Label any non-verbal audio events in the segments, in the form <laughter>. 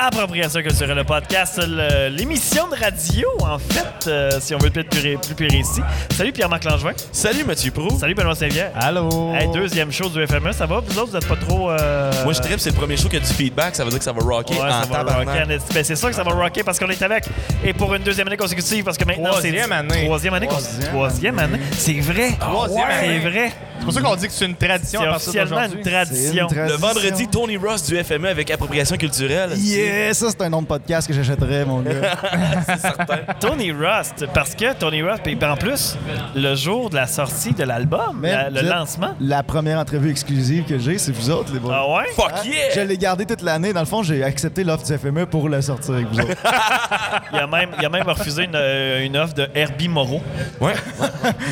Appropriation culturelle, le podcast, le- l'émission de radio, en fait, euh, si on veut être plus, ré- plus précis. Salut Pierre-Marc Langevin. Salut Mathieu Pro. Salut Benoît Saint-Pierre. Allô? Hey, deuxième show du FME, ça va? Vous autres, vous êtes pas trop. euh, Moi, je tripe, c'est le premier show qui a du feedback. Ça veut dire que ça va rocker Ouais, en ça va tabarnak. rocker en esti. Ben, c'est sûr que ça va rocker parce qu'on est avec. Et pour une deuxième année consécutive, parce que maintenant c'est. Troisième année. Troisième année consécutive. Troisième Troisième année. C'est vrai. Troisième C'est année. vrai. C'est pour ça qu'on dit que c'est une tradition C'est à partir officiellement une d'aujourd'hui. tradition. Le vendredi, Tony Ross du FME avec appropriation culturelle. Yeah, ça c'est un nom de podcast que j'achèterais, <laughs> mon gars. C'est certain. Tony Rust, parce que Tony Rust, puis en plus, le jour de la sortie de l'album, Mais la- vous le êtes lancement. La première entrevue exclusive que j'ai, c'est vous autres, les boys. Ah ouais? Fuck yeah! Je l'ai gardé toute l'année. Dans le fond, j'ai accepté l'offre du FME pour le sortir avec <laughs> vous autres. Il a même, il a même refusé une, euh, une offre de Herbie Moreau. Ouais.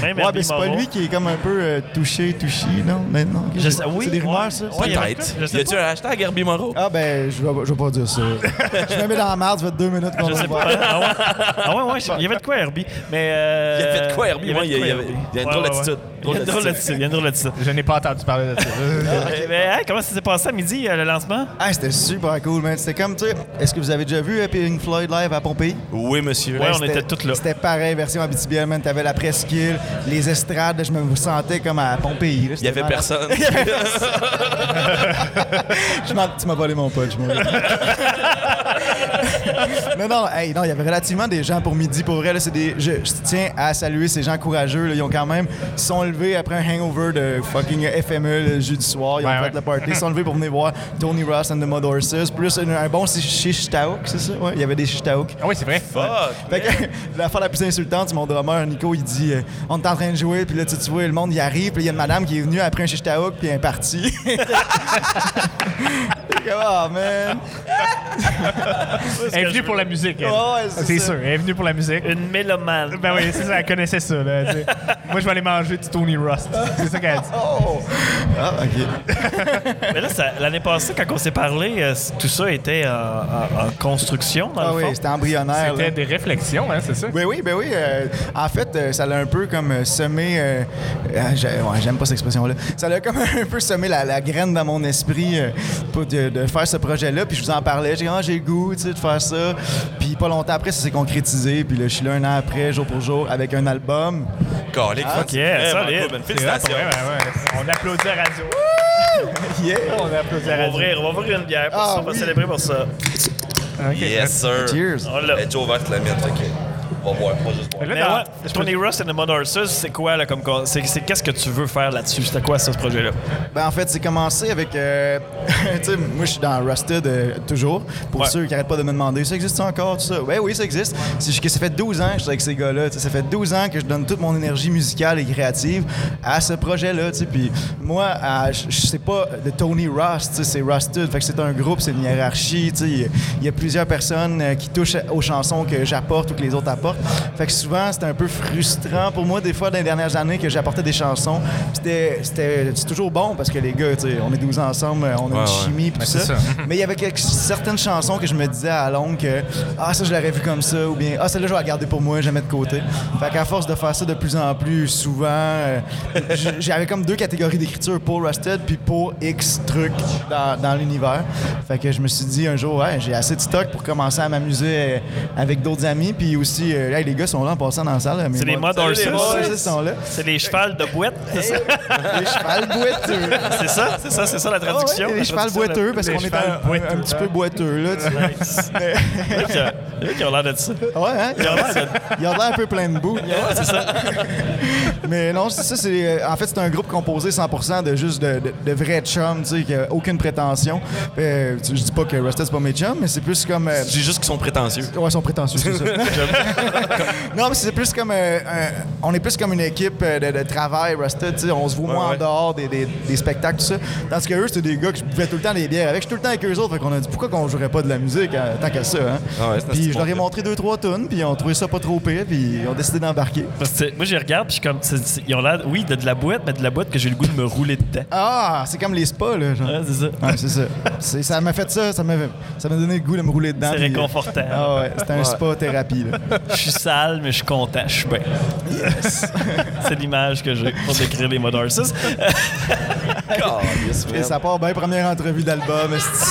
Même ouais, Herbie mais c'est pas Moreau. lui qui est comme un peu euh, touché, touché, non? Mais non. ok. Je sais- oui, c'est des rumeurs, ouais. ça? Ouais, il y a- Peut-être. Je sais Y a-tu un hashtag Herbie Moreau? Ah ben, je vais, je vais pas <laughs> dire ça. je me mets dans la merde, ça fait deux minutes qu'on Je va sais pas. voir. Ah ouais, ah ouais, ouais, je- il y avait de quoi Herbie. Mais euh, Il y avait de quoi, Herbie? Ouais, il y a- il y avait- il y a une drôle Ouais, ouais, d'attitude. ouais. Il Drôle y a une drôle d'attitude. d'attitude. Il y a une drôle d'attitude. Je n'ai pas entendu parler <laughs> de ça. Euh, mais, hey, comment ça s'est passé à midi, euh, le lancement? Ah, c'était super cool, man. C'était comme, tu sais, est-ce que vous avez déjà vu euh, Pink Floyd live à Pompéi? Oui, monsieur. Ouais, on C'était- était toutes là. C'était pareil, version habituelle, man. T'avais la presqu'île, les estrades, je me sentais comme à Pompéi. là. Il y C'était avait malade. personne. Je m'en- tu m'as volé mon punch, moi. <laughs> Mais non, hey, non, il y avait relativement des gens pour midi. Pour vrai, là, c'est des, je, je tiens à saluer ces gens courageux. là. ils ont quand même ils sont levés après un hangover de fucking FME le jeudi soir. Ils ont Ouais, fait ouais. le party. Ils sont levés pour venir voir Tony Ross and the Mud Horses. Plus un, un bon shishtaouk, c'est ça? Ouais, il y avait des shishtaouk. Ah oui, c'est vrai. <laughs> Fuck. Fait que <laughs> l'affaire la plus insultante, c'est mon drummer, Nico, il dit euh, On est en train de jouer, puis là, tu, tu vois, le monde, il arrive, puis il y a une madame qui est venue après un chichtaouk, puis elle est <laughs> partie. J'étais comme, oh man! Elle est venue pour la musique. elle. Ouais, ouais, c'est c'est ça. sûr. Elle est venue pour la musique. Une mélomane. Ben oui, c'est ça, elle connaissait ça. là, tu sais. <laughs> Moi, je vais aller manger du Tony Rust. C'est ça qu'elle a dit. Oh! Ah, ok. Mais là, ça- l'année passée, quand on s'est parlé, euh, c- tout ça était euh, en, en construction, dans Ah le oui, fond. c'était embryonnaire. là. C'était des réflexions, hein, c'est ça? Ben oui, ben oui. euh, en fait, euh, ça l'a un peu comme euh, semé. euh, ah, j'ai- ouais, J'aime pas cette expression-là. Ça l'a comme un peu semé la, la graine dans mon esprit euh, pour de, de faire ce projet-là. Puis je vous en parlais. J'ai dit, Ah, j'ai le goût tu sais, de faire ça. Puis pas longtemps après, ça s'est concrétisé. Puis là, je suis là un an après, jour pour jour, avec un album. Calique, fuck Ah. yeah, Vraiment solide. cool, man. C'est vrai, Ah, pour Félicitations. vrai, ouais, ouais. On applaudit à la radio. Yeah! On applaudit à On va la radio. ouvrir, on va ouvrir une bière pour Ah ça, on va oui. célébrer pour ça. Ok. Yes, sir. Cheers! On l'a. Elle est déjà ouverte, la mienne. Fait que on va voir, pas juste voir. Mais Mais là, ouais, dans- Tony Rust and the Mud Horses, c'est quoi, là, comme. con- C'est c'est- qu'est-ce que tu veux faire là-dessus? C'était quoi, ça, ce projet-là? Ben, en fait, c'est commencé avec. euh, <laughs> tu sais, moi, je suis dans Rusted euh, toujours. Pour Ouais. ceux qui n'arrêtent pas de me demander, ça existe encore, tout ça? Ouais, oui, ça existe. C'est juste que ça fait 12 ans que je suis avec ces gars-là. tu sais, Ça fait 12 ans que je donne toute mon énergie musicale et créative à ce projet-là. tu sais. Puis moi, à- je je sais pas de Tony Rust, tu sais, c'est Rusted. Fait que c'est un groupe, c'est une hiérarchie. tu sais. Il y a- il y a plusieurs personnes euh, qui touchent aux chansons que j'apporte ou que les autres apportent. Fait que souvent, c'était un peu frustrant pour moi, des fois, dans les dernières années, que j'apportais des chansons. Puis c'était- C'était c'est toujours bon parce que les gars, tu sais, on est 12 ensemble, euh, on a Ouais, ouais. une chimie, puis tout ça. c'est ça. Mais il y avait quelques- certaines chansons que je me disais à longue que Ah, ça, je l'aurais vu comme ça, ou bien Ah, celle-là, je vais la garder pour moi, je vais la mettre de côté. Fait qu'à force de faire ça de plus en plus souvent, euh, j- <laughs> j'avais comme deux catégories d'écriture pour Rusted, puis pour X trucs dans, dans l'univers. Fait que je me suis dit un jour, Hey, j'ai assez de stock pour commencer à m'amuser euh, avec d'autres amis, puis aussi, euh, Hey, les gars sont là en passant dans la salle. C'est les modes Mud Horses. Ils sont là. C'est les chevals de boîte, c'est ça? Les chevals boiteux. <laughs> C'est ça, c'est ça, c'est ça la traduction. Ah ouais, les la chevals traduction, boiteux, parce les qu'on est chevals un, un- boiteux. un petit peu boiteux, là. tu- là. Nice. Il y en a qui- <laughs> il y en a qui ont l'air de ça. Ouais, hein? Ils ont l'air de- Il a l'air un peu plein de boue. c'est ça. <laughs> Mais non, c'est ça, c'est. euh, En fait, c'est un groupe composé 100% de juste de, de- de vrais chums, tu sais, qui a aucune prétention. Euh, tu- je dis pas que Rusted, c'est pas mes chums, mais c'est plus comme. euh, J'ai juste qu'ils sont prétentieux. Ouais, ils sont prétentieux, <laughs> c'est ça. non, mais c'est plus comme. euh, un- on est plus comme une équipe euh, de, de travail, Rusted. tu sais, On se voit moins ouais. en dehors des, des- des spectacles, tout ça. Tandis que eux, c'est des gars que je buvais tout le temps des bières avec. Je suis tout le temps avec eux autres. Fait qu'on a dit pourquoi qu'on jouerait pas de la musique euh, tant qu'à ça. Hein? Ah ouais, c'est un petit puis je leur ai bon montré deux, trois tonnes, puis ils ont trouvé ça pas trop pire, puis ils ont décidé d'embarquer. Parce que moi, j'y regarde, puis je suis comme. c'est- c'est- Ils ont l'air, oui, de, de la boîte, mais de la boîte que j'ai le goût de me rouler dedans. Ah, c'est comme les spas, là. Genre. Ouais, c'est ça. Ouais, c'est ça. C'est- ça m'a fait ça, ça m'a ça m'a donné le goût de me rouler dedans. C'est puis- réconfortant. Ah ouais, c'était un spa thérapie. Là. Je suis sale, mais je suis content. Je suis bien. <laughs> c'est l'image que j'ai pour décrire les Mud <laughs> Horses. Calice, Et man. <laughs> ça part bien, première entrevue d'album. esti.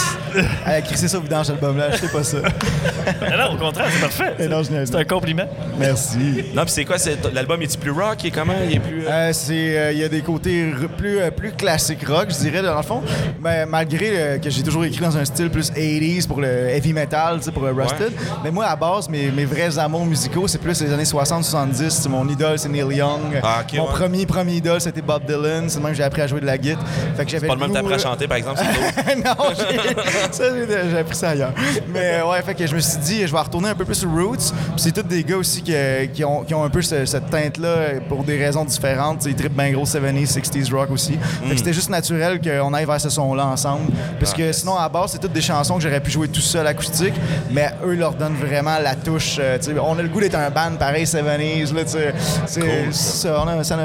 Hey, crissez ça au vidange, cet album-là, achetez pas ça. Non, non, au contraire, c'est parfait. Eh non, je niaise. C'est un compliment. Merci. Non, puis c'est quoi? c'est- L'album est-il plus rock? Il est comment? Il est plus. euh, Euh, c'est, euh, Il y a des côtés r- plus, euh, plus classiques rock, je dirais, dans le fond. Mais malgré euh, que j'ai toujours écrit dans un style plus 80s pour le heavy metal, tu sais, pour le rusted. Mais moi, à base, mes, mes vrais amours musicaux, c'est plus les années 60-70. Tu sais, Mon idole, c'est Neil Young. Ah, ok, Mon ouais. premier, premier idole, c'était Bob Dylan. C'est le même que j'ai appris à jouer de la guitare. Fait que j'avais Pas le même goût, t'apprends à euh, chanter, par exemple. c'est d'autres. <laughs> non, j'ai- ça, j'ai j'ai appris ça ailleurs. Mais euh, ouais, fait que je me suis dit, je vais retourner un peu plus sur Roots. Puis c'est tous des gars aussi que- qui, ont, qui ont un peu ce- cette teinte-là pour des raisons différentes. Tu sais, Ils trippent bien gros 70s, 60s rock aussi. Fait que c'était juste naturel qu'on aille vers ce son-là ensemble. Parce que sinon, à la base, c'est toutes des chansons que j'aurais pu jouer tout seul acoustique. Mais eux leur donnent vraiment la touche. euh, tu sais, on a le goût d'être un band pareil, 70s. Là, tu sais. c'est ça. On, a- ça,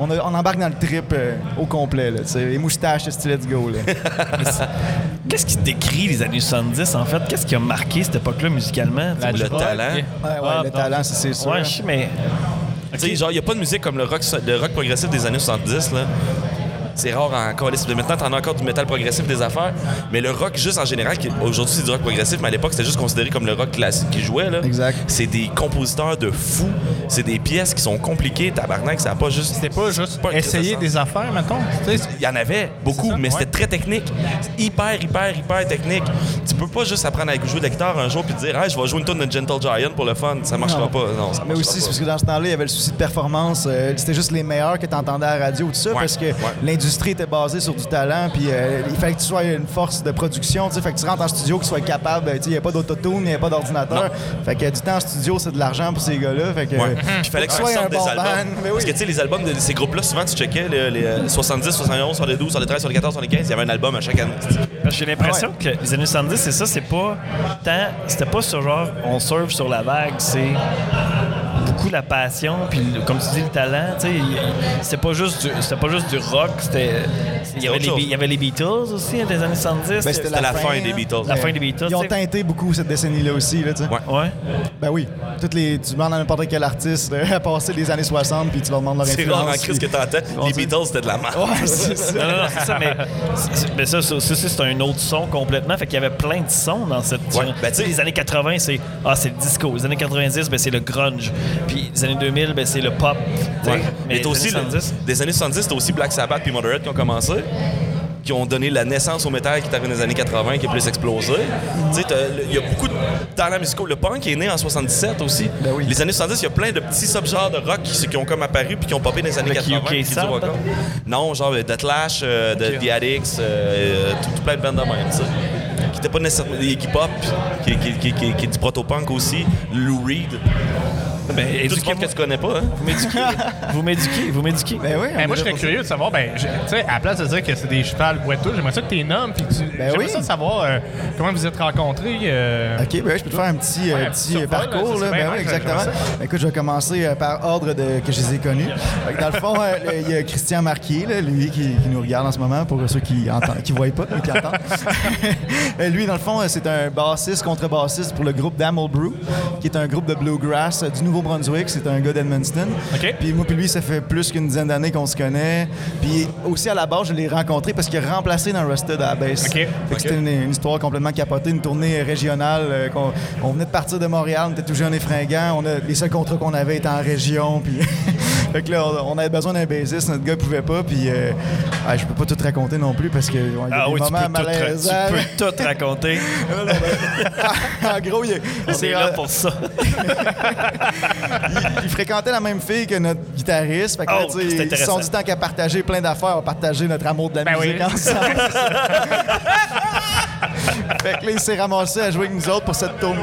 on a- on embarque dans le trip euh, au complet. Là, tu sais. les moustaches, c'est let's go. Là. Qu'est-ce qui décrit les années 70, en fait? Qu'est-ce qui a marqué cette époque-là musicalement? La Tu sais, Le rock. talent. Ouais, ouais, Ah, le donc- talent, c'est- c'est sûr. Ouais, je sais, mais... Tu sais, genre, il n'y a pas de musique comme le rock, le rock progressif des années 70, là. C'est rare encore. Maintenant, t'en as encore du métal progressif des affaires. Mais le rock, juste en général, qui- aujourd'hui, c'est du rock progressif, mais à l'époque, c'était juste considéré comme le rock classique qui jouait, là. Exact. C'est des compositeurs de fous. C'est des pièces qui sont compliquées. Tabarnak, ça n'a pas juste. C'était pas juste pas un Christ de essayer sens. des affaires, mettons. Tu sais, Il y en avait beaucoup, C'est ça, mais ouais. c'était très technique. C'est Hyper, hyper, hyper technique. Tu peux pas juste apprendre à jouer de la guitare un jour puis te dire, hey, je vais jouer une tonne de Gentle Giant pour le fun. Ça marchera Non. pas. Non, ça marchera Mais aussi, c'est pas. parce que dans ce temps-là, il y avait le souci de performance. euh, c'était juste les meilleurs que tu entendais à la radio, tout ça, Ouais, parce que ouais. l'industrie était basée sur du talent, puis euh, il fallait que tu sois une force de production, tu sais, fait que tu rentres en studio, que tu sois capable, euh, tu sais, il n'y a pas d'autotune, il n'y a pas d'ordinateur. Fait que du temps en studio, c'est de l'argent pour ces gars-là. Fait que, Ouais. <laughs> euh, Puis il fallait que faut ça tu sois sorte des bon albums. band, mais oui. Parce que tu sais, les albums de ces groupes-là, souvent tu checkais les, les, euh, 70, 71, 72, 73, 74, 75, il y avait un album à chaque année. <laughs> Parce que J'ai l'impression que les années 70, c'est ça, c'est pas tant. C'était pas ce genre on surfe sur la vague, c'est beaucoup la passion, puis le- comme tu dis, le talent. tu sais, il- C'était pas, juste du- c'était pas juste du rock, c'était. Il y, avait autre les, chose. Be- il y avait les Beatles aussi, hein, des années 70. Ben, C'était la fin hein. des Beatles. La fin des Beatles, Ils ont tu sais. teinté beaucoup cette décennie-là aussi. Là, tu sais. Ouais. Ouais. Ben oui. Toutes les, tu demandes à n'importe quel artiste euh, <laughs> à passer les années 60, puis tu leur demandes leur C'est influence. rare en crise que puis- t'entends. On Les dit- Beatles, c'était de la merde. Ouais, c'est ça. Non, non, non, c'est ça, mais, c'est- mais ça, ça, ça, ça, c'est un autre son complètement. Fait qu'il y avait plein de sons dans cette. Ouais, ben, tu sais- les années 80, c'est ah, c'est le disco. Les années 90, ben, c'est le grunge. Puis les années 2000, ben, c'est le pop. tu sais. Ouais. Mais, les t'as aussi, années 70, le- des années 70, t'as aussi Black Sabbath puis Moderate qui ont commencé, qui ont donné la naissance au métal qui est arrivé dans les années 80, qui est plus explosé. Tu sais, t'as- le- il y a beaucoup de talents musicaux. Le punk est né en 77 aussi. Ben oui. Les années 70, il y a plein de petits sub-genres de rock qui, qui ont comme apparu puis qui ont popé dans les années Avec 80. UK puis qui durent Sound, encore. peut-être? Non, genre euh, The Clash, euh, de- The Addicts, euh, tout, tout plein de bandes de même, tu sais. Qui n'étaient pas nécessairement des hip-hop, qui, qui, qui, qui- qui est du proto-punk aussi. Lou Reed. ben, Tout ce éduquez-moi. que tu connais pas, hein? Vous m'éduquez. vous m'éduquez. Vous m'éduquez. Ben oui, on Ben, moi, est je là serais pour ça. curieux de savoir, ben, je- tu sais, à la place de dire que c'est des chevals boiteux, j'aimerais ça que tu les nommes, puis tu. Ben j'aimerais oui. ça savoir euh, comment vous êtes rencontrés. euh, OK, ben ouais, je peux te faire un petit, euh, Ouais, un petit petit survol, parcours. là, ça, Là, c'est bien hein, ben oui, nice, exactement. j'aime Ben écoute, je vais commencer euh, par ordre de, que je les ai connus. Fait que Dans le fond, euh, le- il y a Christian Marquier, là, lui, qui, qui nous regarde en ce moment, pour ceux qui entendent, qui voient pas, mais qui entendent. <laughs> Euh, lui, dans le fond, euh, c'est un bassiste, contrebassiste pour le groupe Damel Brew, qui est un groupe de bluegrass euh, du Nouveau-Brunswick. C'est un gars d'Edmundston. OK. Puis moi puis lui, ça fait plus qu'une dizaine d'années qu'on se connaît. Puis aussi, à la base, je l'ai rencontré parce qu'il a remplacé dans Rusted à la base. OK. Fait que c'était une, une histoire complètement capotée, une tournée régionale. euh, qu'on- on venait de partir de Montréal, on était tout jeune et fringant. On a, les seuls contrats qu'on avait étaient en région. <laughs> Puis fait que là, on, on avait besoin d'un bassiste, notre gars pouvait pas. Puis euh, ah, je peux pas tout raconter non plus parce que ouais, il y a Ah des oui, tu moments peux, tout, malaisants. ra- tu peux <laughs> tout raconter. <laughs> en gros, il, est- on <laughs> C'est est- là pour ça. il fréquentait la même fille que notre guitariste. Fait que là, Oh, tu c'est sais, ils se sont intéressant. dit tant qu'à partager plein d'affaires, on partageait notre amour de la Ben oui. musique <laughs> ensemble. <laughs> fait que là, il s'est ramassé à jouer avec nous autres pour cette tournée.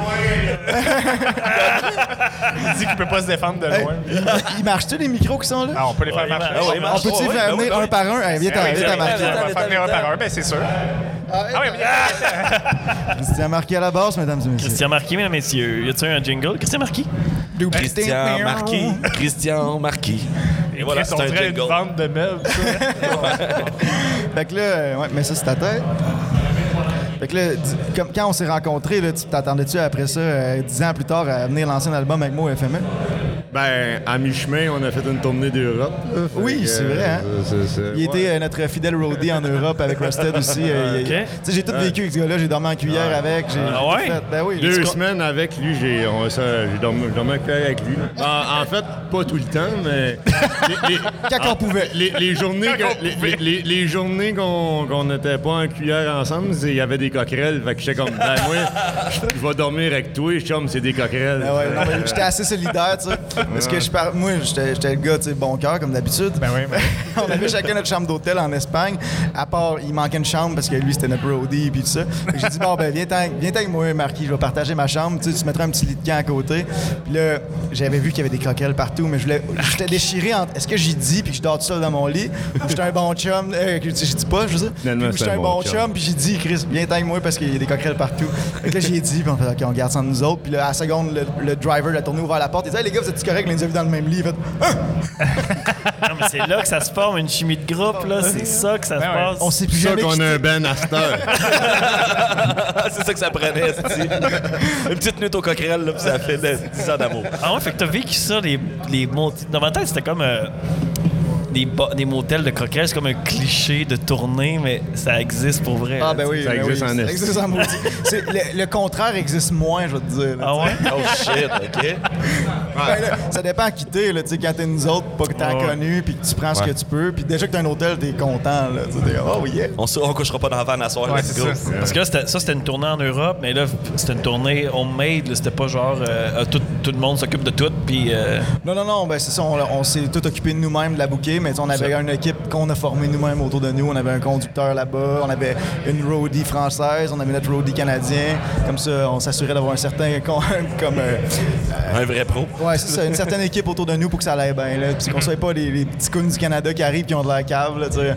Il dit qu'il peut pas se défendre de Hey, loin. il, il marche tu les micros qui sont là? Ah, on peut les faire Ouais, marcher. il marche. ouais, il marche. On peut-tu ouais, venir ouais, ouais, un ouais. par un? Hey, viens, t'en- Ah oui, viens, ouais, ouais, t'en On marquer. ouais, va faire venir un par un, ben c'est sûr. Ah oui, mais- Christian marqué à la base, mesdames et messieurs. Christian Marquis, mesdames et messieurs. Y a-t-il un jingle? Christian Marquis? Euh, Christian Marquis. Christian Marquis. Et voilà, c'est ah, on un dirait une jingle. vente de meubles. ça. Fait que là, euh, ouais, mais ça, c'est ta tête. Fait que là, dis- comme, quand on s'est rencontrés, là, tu t'attendais-tu après ça, euh, dix ans plus tard, à venir lancer un album avec moi au FME? Ben, à mi-chemin, on a fait une tournée d'Europe. là. Fait Oui, que, c'est vrai, hein? c'est- c'est- Il ouais. était euh, notre fidèle roadie en Europe avec Rusted aussi. euh, il- Ok. Tu sais, j'ai tout vécu avec ce gars-là. J'ai dormi en cuillère avec. j'ai- Ah j'ai tout ouais? fait. Ben oui. Deux Tu- semaines avec lui, j'ai on- ça- j'ai dormi, j'ai dormi avec lui. En, en fait, pas tout le temps, mais. les- les- <laughs> Quand on pouvait. Les, les journées que- les- les- les- les journées qu'on qu'on n'était pas en cuillère ensemble, c'est- il y avait des coquerelles. Fait que j'étais comme, ben moi, je- je vais dormir avec toi, chum, c'est des coquerelles. Ben ouais, non, mais j'étais assez solidaire, tu sais. Parce que je par... moi, j'étais j'étais le gars, tu sais, bon cœur, comme d'habitude. Ben oui, ben <laughs> on avait chacun notre chambre d'hôtel en Espagne. À part, il manquait une chambre parce que lui, c'était notre roadie et tout ça. Fait que J'ai dit, bon, ben, viens t'en- viens t'en avec moi, Marquis, je vais partager ma chambre. Tu sais, tu mettras un petit lit de camp à côté. Puis là, j'avais vu qu'il y avait des croquelles partout, mais je voulais. J'étais déchiré entre est-ce que j'y dis puis que je dors tout seul dans mon lit ou que j'étais un bon chum. Euh, que je dis pas, je veux dire. Finalement, Puis c'est j'étais un un bon bon chum. chum. Puis j'ai dit, Chris, viens t'aider avec moi parce qu'il y a des coquerelles partout. Fait que là, j'ai dit, puis on fait, OK, on garde ça entre nous autres. Puis là, à la seconde, le, le driver l'a tourné ouvert la porte. Il dit, hey, les gars, vous êtes corrects, on les a vus dans le même lit. Il fait, Ah! Non, mais c'est là que ça se forme une chimie de groupe, là. C'est ça que ça se Ben ouais. passe. on sait plus C'est ça jamais. qu'on qui a un t'es. ben à cette <laughs> heure. Ah, c'est ça que ça prenait, esti. Une petite nuit au coquerel, là, puis ça fait de- 10 ans d'amour. Ah ouais, fait que t'as vécu ça, les, les motels. Dans ma tête, c'était comme euh, des, bo- des motels de croquettes. C'est comme un cliché de tournée, mais ça existe pour vrai. Ah, ben oui, Ça ben existe oui, en ça esti. existe en maudit. C'est- le, le contraire existe moins, je vais te dire. là, Ah ouais? Oh shit, OK. tu sais. Ben là, ça dépend à qui t'es, là, tu sais, quand t'es nous autres, pas que t'es Ah Ouais. inconnu, puis que tu prends ce que Ouais. tu peux, puis déjà que t'as un hôtel, t'es content, là, tu sais, t'es, oh yeah. On, se- on couchera pas dans la vanne à soir, Ouais, let's c'est go. ça. c'est- Parce que là, c'était- ça, c'était une tournée en Europe, mais là, c'était une tournée homemade. là. C'était pas genre euh, tout, tout le monde s'occupe de tout, puis. euh, Non, non, non, ben c'est ça, on, on s'est tout occupé de nous-mêmes, de la bouquet, mais tu sais, on avait une équipe qu'on a formée nous-mêmes autour de nous. On avait un conducteur là-bas, on avait une roadie française, on avait notre roadie canadien. Comme ça, on s'assurait d'avoir un certain. <laughs> con- comme, euh, Un vrai pro. ouais, c'est ça, une certaine équipe autour de nous pour que ça aille bien. là. Puis qu'on soit pas les, les petits cons du Canada qui arrivent qui ont de la cave, là, tu sais,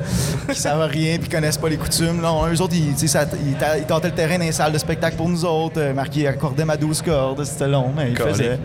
qui savent rien puis qui connaissent pas les coutumes. Non, eux autres, ils, tu sais, ça- ils ta- ils tentaient le terrain dans les salles de spectacle pour nous autres. Euh, Marquis accordait ma 12 cordes, c'était long, mais il faisait.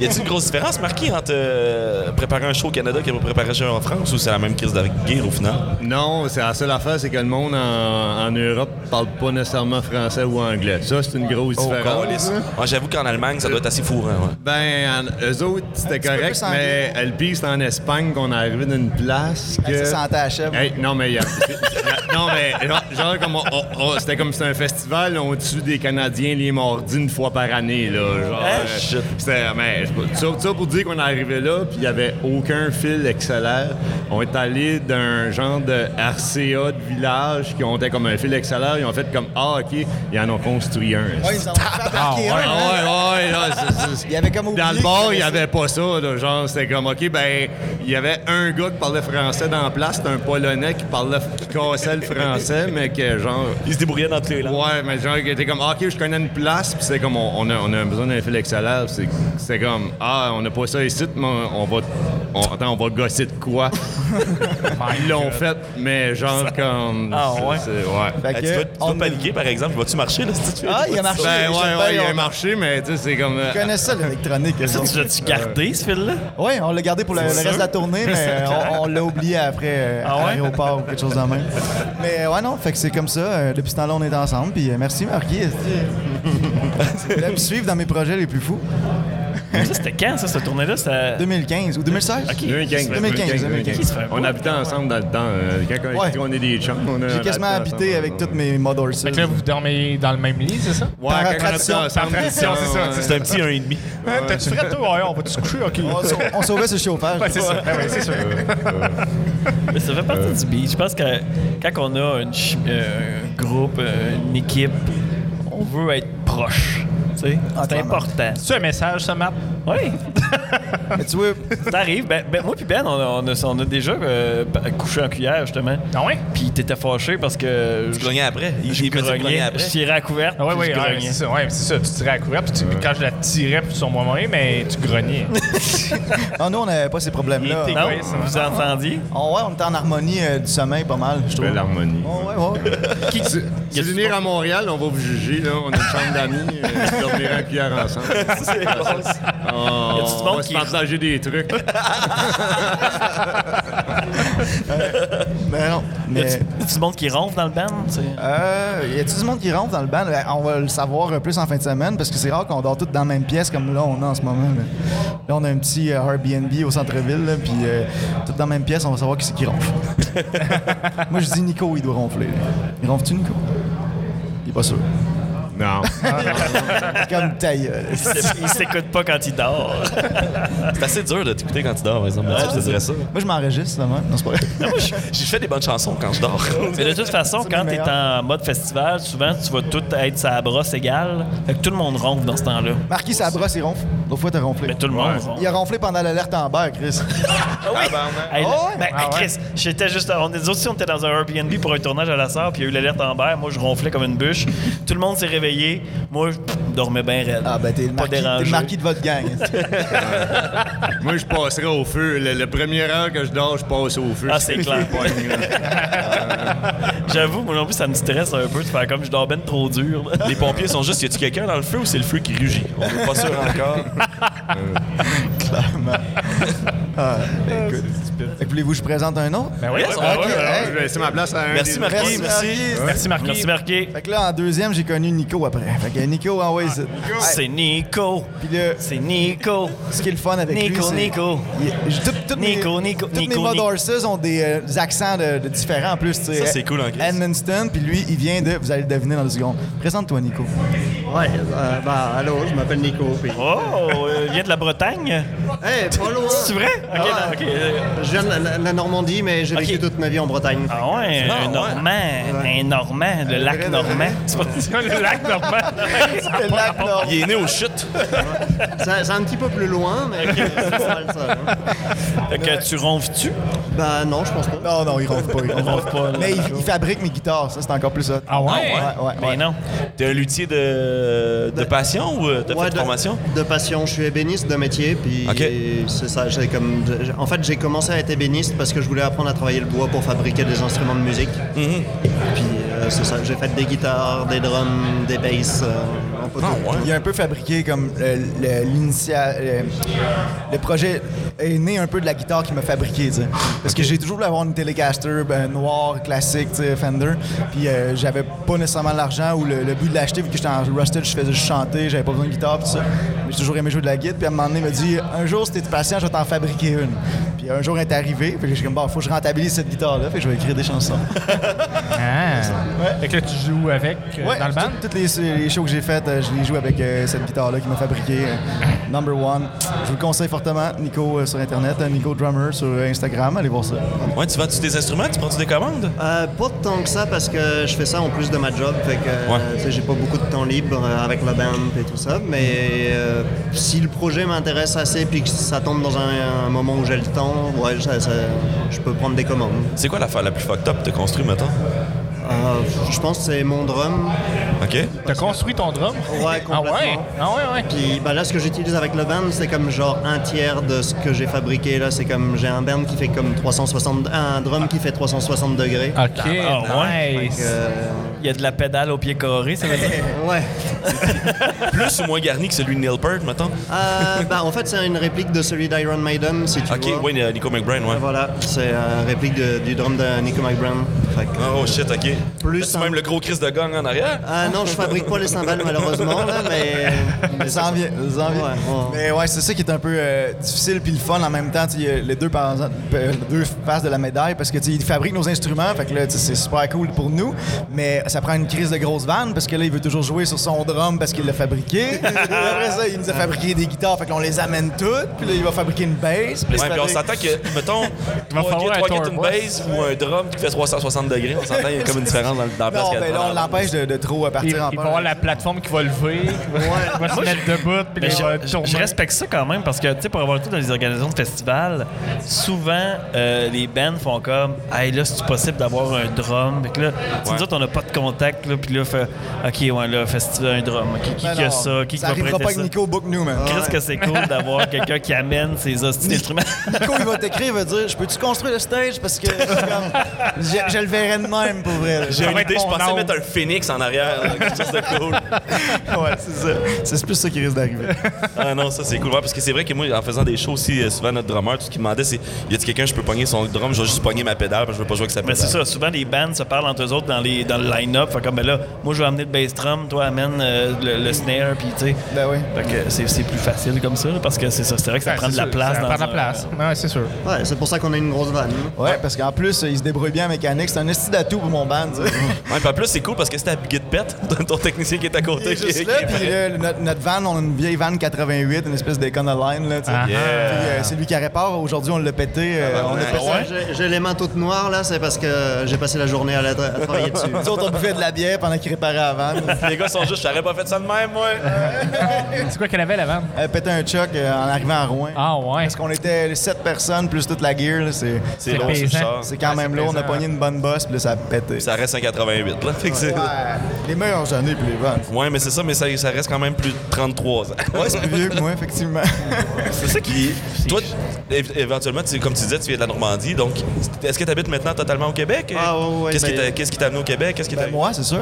Y a-t-il une grosse différence, Marquis, entre euh, préparer un show au Canada et préparer un show en France ou c'est la même crise de guerre au final? Non, c'est la seule affaire, c'est que le monde en, en Europe parle pas nécessairement français ou anglais. Ça, c'est une grosse Oh, différence. Calisse. hein. Ah, J'avoue qu'en Allemagne, ça doit être assez fourrant. ouais. Ben, en- eux autres, c'était petit peu correct, plus anglais. mais euh, le pire, c'est en Espagne qu'on est arrivé d'une place que... Hey, ça sentait la chèvre. Hey, non, mais... il y a- c'est- non, mais genre, genre comme... on- on- on- c'était comme c'était un festival, on tue des Canadiens les mordis une fois par année, là. Genre, Hein? euh, Shit. C'était... Mais, c'est pas- ça, ça pour dire qu'on est arrivé là, puis il n'y avait aucun fil accélère. On est allé d'un genre de RCA de village qui ont été comme un fil accélère. Ils ont fait comme, ah, OK, ils en ont construit un. Ouais, ils ont fait attaquer un, hein. Ah ouais, ouais, là, c'est- c'est- Il y avait comme oublié Dans le qu'il y bar, avait il n'y ça. avait pas ça. là. genre, c'était comme, OK, ben, il y avait un gars qui parlait français dans la place, c'était un Polonais qui parlait, qui cassait le français, mais que, genre, Ils se débrouillaient dans tous les langues. ouais, mais genre, qui était comme, OK, je connais une place, puis c'est comme, on, on a, on a besoin d'un fil excellent. C'est c'est comme, ah, on n'a pas ça ici, mais on, on va. On, attends, on va gosser de <laughs> quoi? Ils l'ont fait, mais genre comme. Ah, ouais. c'est- c'est- ouais. Fait Ah, que, tu vas, tu vas on- paniquer, par exemple. Vas-tu marcher, là, si tu fais- Ah, il a marché. Ben, ouais, j'aime bien, ouais, il y a un on- marché, mais tu sais, c'est comme. euh, Je connais ça, l'électronique. Ça, tu l'as-tu gardé, ce fil-là? Oui, on l'a gardé pour le, le C'est reste de la sûr? <laughs> tournée, mais on, on l'a oublié après euh, Ah ouais? à l'aéroport ou quelque chose de même. Mais euh, ouais, non, fait que c'est comme ça. euh, depuis ce temps-là, on est ensemble. Puis euh, merci, Marquis. <laughs> Vous voulez me suivre dans mes projets les plus fous. euh, Ça, c'était quand, ça, cette tournée-là? Ça... 2015 ou 2016? 2015. 2015. 2015. Qui se fait un On beau? habitait ensemble dans le temps. euh, quand on, Ouais. on est des chums, on a J'ai quasiment habité avec toutes mes mothers. Fait que là, vous dormez dans le même lit, c'est ça? Ouais, par quand on habitait tradition, par ensemble, tradition, ouais, c'est ça, ouais. c'est C'est un petit 1,5. Ouais, T'as-tu frais, toi? Ouais, on va-tu se coucher? OK. On, on sauvait ce chauffage. Ouais, c'est ça. Ouais, ouais, c'est sûr. Mais ça fait Euh. partie du beat. Je pense que quand on a une chi- euh, un groupe, euh, une équipe, on veut être proche. tu sais. Ah, C'est clairement. important. C'est un message, ça, Matt? Oui, Mais tu vois, <laughs> ça arrive. Ben, ben, moi puis Ben, on a, on a- on a déjà euh, pa- couché en cuillère, justement. Ah ouais? Puis t'étais fâché parce que Je grognais après. Il il me dit que je grognais grognais. après. Je tirais à couverte. Ah ouais, puis ouais, je ouais, grognais. c'est ça, ouais, c'est ça. Tu tirais à couvert, puis tu- quand je la tirais puis sur moi moyen, mais tu <laughs> grognais. ah, nous, on n'avait pas ces problèmes-là. Il était- Non? Ouais, ça vous entendiez? On, ouais, on était en harmonie euh, du sommeil pas mal, je trouve. Belle harmonie. <laughs> Oh, ouais, ouais. Qui- C'est- y Si a vous du venez monde- à Montréal, on va vous juger. Là. On a une chambre d'amis. euh, on dormira en cuillère ensemble. C'est bon, ça. On, du on monde va se qui- partager des trucs. Ben non, y a mais... du- y a du monde qui ronfle dans le band? <laughs> tu sais? Euh, y a-tu du monde qui rentre dans le band? Ben, on va le savoir euh, plus en fin de semaine parce que c'est rare qu'on dort tous dans la même pièce comme là on a en ce moment. Là, Là, on a un petit euh, Airbnb au centre-ville, là, puis euh, tous dans la même pièce, on va savoir qui c'est qui ronfle. Moi, je dis Nico, il doit ronfler. là. Il ronfle-tu, Nico? Il est pas sûr. Non. Comme ta gueule. Il s'écoute pas quand il dort. C'est assez dur de t'écouter quand tu dors, par exemple. je te dirais ça. Moi, je m'enregistre, là, Non, c'est pas vrai. Moi, je- J'ai fait des bonnes chansons quand je dors. Mais de toute façon, C'est quand le t'es meilleur. en mode festival, souvent tu vas tout être sa brosse égale. Fait que tout le monde ronfle dans ce temps-là. Marquis, sa brosse, il ronfle. L'autre fois, t'as ronflé. Mais tout le monde ronfle. Il a ronflé pendant l'alerte en bas, Chris. Hey, Ah ouais? ben, hey, Chris, j'étais juste. On est aussi, on était dans un Airbnb pour un tournage à la sœur, puis il y a eu l'alerte Amber. Moi, je ronflais comme une bûche. Tout le monde s'est réveillé. Moi, je pff, dormais bien raide. Ah, ben, t'es le, pas marquis- t'es dérangé. le marquis de votre gang. <laughs> Moi, je passerai au feu. Le, le premier heure que je dors, je passe au feu. Ah, c'est clair. J'avoue, moi non plus, ça me stresse un peu de faire comme je dors ben trop dur. là. Les pompiers sont juste, y a-tu quelqu'un dans le feu ou c'est le feu qui rugit? On n'est pas sûr encore. Ah, Fait que voulez-vous que je présente un autre? Ben oui, Yes, ben on- oui, Je ben oui. vais laisser ma place à un Merci, des- Marc. Merci, merci. Marquis. Merci, Marquis. Merci, Marqué. Fait que là, en deuxième, j'ai connu Nico après. Fait que Nico, ah envoyez ça. C'est Nico. Puis le- C'est Nico. ce qui est le fun avec lui, Nico, c'est- Nico. Il- je- tout- toutes mes- Nico, Nico, toutes mes Nico, Mud Nico. Horses ont des euh, des accents de, de différents en plus. tu sais. Ça, c'est cool en Chris. Edmundston, puis lui, il vient de... Vous allez le deviner dans deux secondes. <laughs> Présente-toi, Nico. Ouais, euh, bah, allô, je m'appelle Nico. Puis... Oh, euh, il vient de la Bretagne. Hey, pas loin. C'est vrai? Ok, Ah, non, ok, euh, Je viens de la, la- la Normandie, mais j'ai vécu Ok. toute ma vie en Bretagne. Ah ouais, un Normand, un Normand, le lac Normand. C'est pas ça, le lac Normand. Le lac Nord. Il est né aux chutes. Ça- C'est un petit peu plus loin, mais c'est pas mal ça. hein. Fait que tu ronfles-tu? Bah non, je pense pas. Non, non, il ronfle pas. Il ronfle ronfle pas, pas. là. Mais il, il fabrique mes guitares. Ça, c'est encore plus ça. Ah ouais? Ouais, ouais, Mais ouais. Ben non. T'es un luthier de, de passion ou euh, t'as Ouais, fait de formation? de passion, je suis ébéniste de métier, puis Ok. c'est ça. j'ai Comme, j'ai- en fait, j'ai commencé à être ébéniste parce que je voulais apprendre à travailler le bois pour fabriquer des instruments de musique. Mhm. Puis euh, c'est ça, j'ai fait des guitares, des drums, des basses, euh, un Ah, peu tout. Il a un peu fabriqué comme euh, le- l'initial. euh, le projet est né un peu de la guitare qu'il m'a fabriquée, tu sais. Parce que j'ai toujours voulu avoir une Telecaster ben, noire, classique, tu sais, Fender. Puis euh, j'avais pas nécessairement l'argent ou le, le but de l'acheter, vu que j'étais en rusted, je faisais juste chanter, j'avais pas besoin de guitare, tout ça. Mais j'ai toujours aimé jouer de la guitare. Puis à un moment donné, il m'a dit Un jour, si t'es patient, je vais t'en fabriquer une. Puis un jour, elle est arrivée. Puis j'ai comme Bon, faut que je rentabilise cette guitare-là. Fait que je vais écrire des chansons. Ah. Fait que là, tu joues avec euh, Ouais, dans le band? tout- Toutes les, les shows que j'ai faites, euh, je les joue avec euh, cette guitare-là qui m'a fabriqué. euh, number one. Je vous le conseille fortement. Nico euh, sur Internet, euh, Nico Drummer sur euh, Instagram. Allez voir ça. Ouais, tu vends-tu des instruments? Tu prends-tu des commandes? Euh, pas tant que ça parce que je fais ça en plus de ma job, fait que euh, Ouais. tu sais, j'ai pas beaucoup de temps libre euh, avec la band et tout ça. Mais euh, si le projet m'intéresse assez puis que ça tombe dans un, un moment où j'ai le temps, ouais, ça- ça- je peux prendre des commandes. C'est quoi l'affaire la plus fucked up que t'as construit, mettons? Euh, je pense que c'est mon drum. OK? T'as construit ton drum? Ouais, Ah complètement. ouais? Ah ouais, ouais. Puis bah, là, ce que j'utilise avec le band, c'est comme genre un tiers de ce que j'ai fabriqué. Là, c'est comme j'ai un band qui fait comme 360, un drum qui fait 360 degrés. Ah. OK, Ah ouais. nice. Euh, Il y a de la pédale au pied carré, ça veut dire. ouais. Plus ou moins garni que celui de Neil Peart, mettons? Euh, bah, en fait, c'est une réplique de celui d'Iron Maiden, si tu OK, vois. ouais, euh, Nico McBrain, ouais. Voilà, c'est la réplique de- du drum de Nico McBrain. Fait que- Oh shit, OK. Plus Plus un- même le gros Chris de gang en arrière? Ah non, je fabrique pas les cymbales malheureusement, là, mais. mais Ça en vient, ça en vient. Ouais, ouais. Mais ouais, c'est ça qui est un peu euh, difficile puis le fun en même temps. Tu sais, il y a les deux, par exemple, euh, les deux faces de la médaille parce que tu sais, ils fabriquent nos instruments. Fait que là, tu sais, c'est super cool pour nous. Mais ça prend une crise de grosse vanne parce que là, il veut toujours jouer sur son drum parce qu'il l'a fabriqué. Puis Après ça, il nous a fabriqué des guitares. Fait qu'on les amène toutes. Puis là, il va fabriquer une bass. puis là, Ouais, il puis on fabrique- s'entend que, mettons, <laughs> va trois falloir kits- un trois kits, tour une boss. bass ou un drum qui fait 360 degrés, on s'entend, il y a comme une différence dans, le- dans la place Non, qu'elle mais là, on l'empêche de, de trop euh, Il, partir en il va peur. <laughs> avoir la plateforme qui va lever, <laughs> il va se mettre debout, puis Mais il va je, je- tourner. je respecte ça quand même parce que, tu sais, pour avoir tout dans les organisations de festivals, souvent, euh, les bands font comme Hey, là, c'est possible d'avoir un drum. Fait que là, tu sais, nous Ouais. autres, on n'a pas de contacts, là, puis là, fait, OK, ouais, là, festival un drum. OK, qui, Ben qui a non, ça? Qui ça va arrivera prêter pas ça? avec Nico Book Newman. Qu'est-ce que c'est cool <laughs> d'avoir quelqu'un qui amène ses hosties d'instruments. Nico, il va t'écrire, il va dire Je peux-tu construire le stage Parce que c'est comme, je, je le verrai de même pour vrai. là. J'ai une idée, je mon pensais oncle. mettre un phénix en arrière, là, quelque chose de cool. Ouais, c'est ça. C'est plus ça qui risque d'arriver. Ah non, ça c'est cool. Ouais, parce que c'est vrai que moi, en faisant des shows aussi, euh, souvent notre drummer, tout ce qu'il me demandait, c'est y a-t-il quelqu'un, je peux pogner son drum, je vais juste pogner ma pédale parce que je veux pas jouer avec sa Mais pédale. c'est ça, souvent les bands se parlent entre eux autres dans, les, dans le line-up. Fait comme, ben là, moi je vais amener le bass drum, toi amène euh, le, le snare, puis tu sais. Ben oui. Ben, Fait que c'est c'est plus facile comme ça, là, parce que c'est ça, c'est vrai que ça prend de la place. Ça dans prend de la un- place. Ouais, c'est sûr. Ouais, c'est pour ça qu'on a une grosse vanne. Ouais, parce qu'en plus, il se débrouille bien en mécanique. C'est un esti d'atout pour mon band. tu sais. Ouais, puis en plus, c'est cool parce que c'était à Big It Pet, <laughs> ton- ton technicien qui est à Il côté. est qui- juste là, qui- puis là, le- notre, notre van, on a une vieille van 88, une espèce d'Econoline. Là, tu sais. Ah. Puis, euh, c'est lui qui la répare. Aujourd'hui, on l'a pété. euh, on a Ah, ouais. pété Ça, j'ai- J'ai les mains toutes noires là, c'est parce que j'ai passé la journée à, la tra- à travailler dessus. Nous autres, on buvait de la bière pendant qu'il réparait la van. Les gars sont juste, j'aurais pas fait ça de même, moi. C'est quoi qu'elle avait, la vanne? Elle pétait un choc euh, en arrivant à Rouen. Ah, ouais. Parce qu'on était les sept personnes plus toute la gear. là, C'est C'est long, pesant. c'est char. c'est quand Ouais, même c'est lourd. On a plaisant. pogné une bonne bosse, puis là, ça a pété. Ça reste un 88, là. Fait que c'est- Ouais, les meilleures années, puis les vannes. Ouais, mais c'est ça, mais ça, ça reste quand même plus de 33 ans. Ouais, c'est plus vieux que moi, effectivement. C'est ça qui. Toi, é- éventuellement, tu- comme tu disais, tu viens de la Normandie, donc est-ce que tu habites maintenant totalement au Québec? Ah, ouais, ouais, Qu'est-ce qui ben- t'a- qu'est-ce qui t'a amené au Québec? Qu'est-ce qui t'a- Ben, moi, c'est sûr.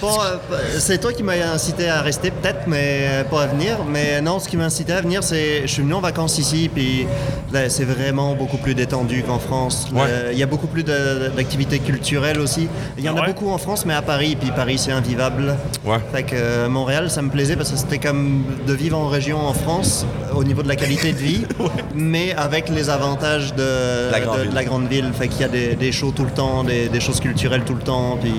Bon, euh, p- c'est toi qui m'as incité à rester peut-être, mais euh, pas à venir. Mais non, ce qui m'a incité à venir, c'est je suis venu en vacances ici, puis là, c'est vraiment beaucoup plus détendu qu'en France. Le- Ouais. Il y a beaucoup plus de- d'activités culturelles aussi. Il y en Ouais. a beaucoup en France, mais à Paris, puis Paris, c'est invivable. Ouais. Fait que euh, Montréal, ça me plaisait parce que c'était comme de vivre en région en France euh, au niveau de la qualité <laughs> de vie, mais avec les avantages de La grande de- de ville. la grande ville. Fait qu'il y a des, des shows tout le temps, des, des choses culturelles tout le temps, puis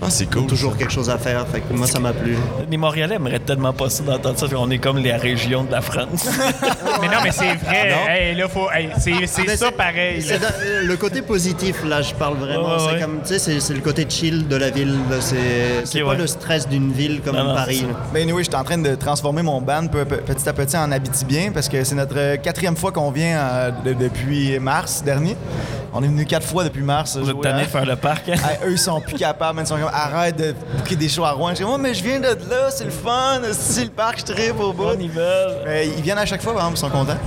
Ah, c'est cool. toujours quelque chose à faire. Fait que moi, ça m'a plu. Les Montréalais aimeraient tellement pas ça d'entendre ça, puis on est comme les régions de la France. <laughs> Mais non, mais c'est Ah, vrai. Non. Hey, là, faut. hey, c'est Ah, c'est Mais ça c'est- pareil. c'est dans- euh, le côté positif, là, je parle vraiment. Ouais, ouais, c'est ouais. comme, tu sais, c'est- c'est le côté chill de la ville. C'est c'est Ok, pas ouais. le stress d'une ville comme Non, non, c'est Paris. ça. là. Ben oui, anyway, j'étais en train de transformer mon band peu- peu- petit à petit en Abitibien parce que c'est notre euh, quatrième fois qu'on vient euh, de- depuis mars dernier. On est venu quatre fois depuis mars. Vous êtes jouer tanné à- de faire le parc. hein? Hey, eux, ils sont plus capables. man. Ils sont comme, arrête de bouquer des shows à Rouen. Je dis, moi, mais je viens de là, c'est le fun. Si le parc, je tripe au bout. Bonne nouvelle. Mais ils viennent à chaque fois, par exemple, ils sont contents.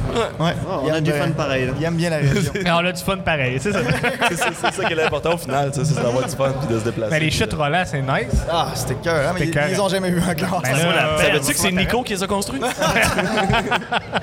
Ouais. Oh, Ils on a aiment du bien- fun pareil. là. Ils aiment bien la région. <laughs> Mais on a du fun pareil, <laughs> c'est ça. C'est- C'est c'est ça qui est l'important au final, tu sais, c'est d'avoir du fun puis de se déplacer. Mais Ben, les chutes rollants, c'est nice. ah, c'était cœur, mais C'était ils, cœur. ils ont jamais vu encore. Ben là, euh, Savais-tu que c'est Nico qui les a <laughs> construits?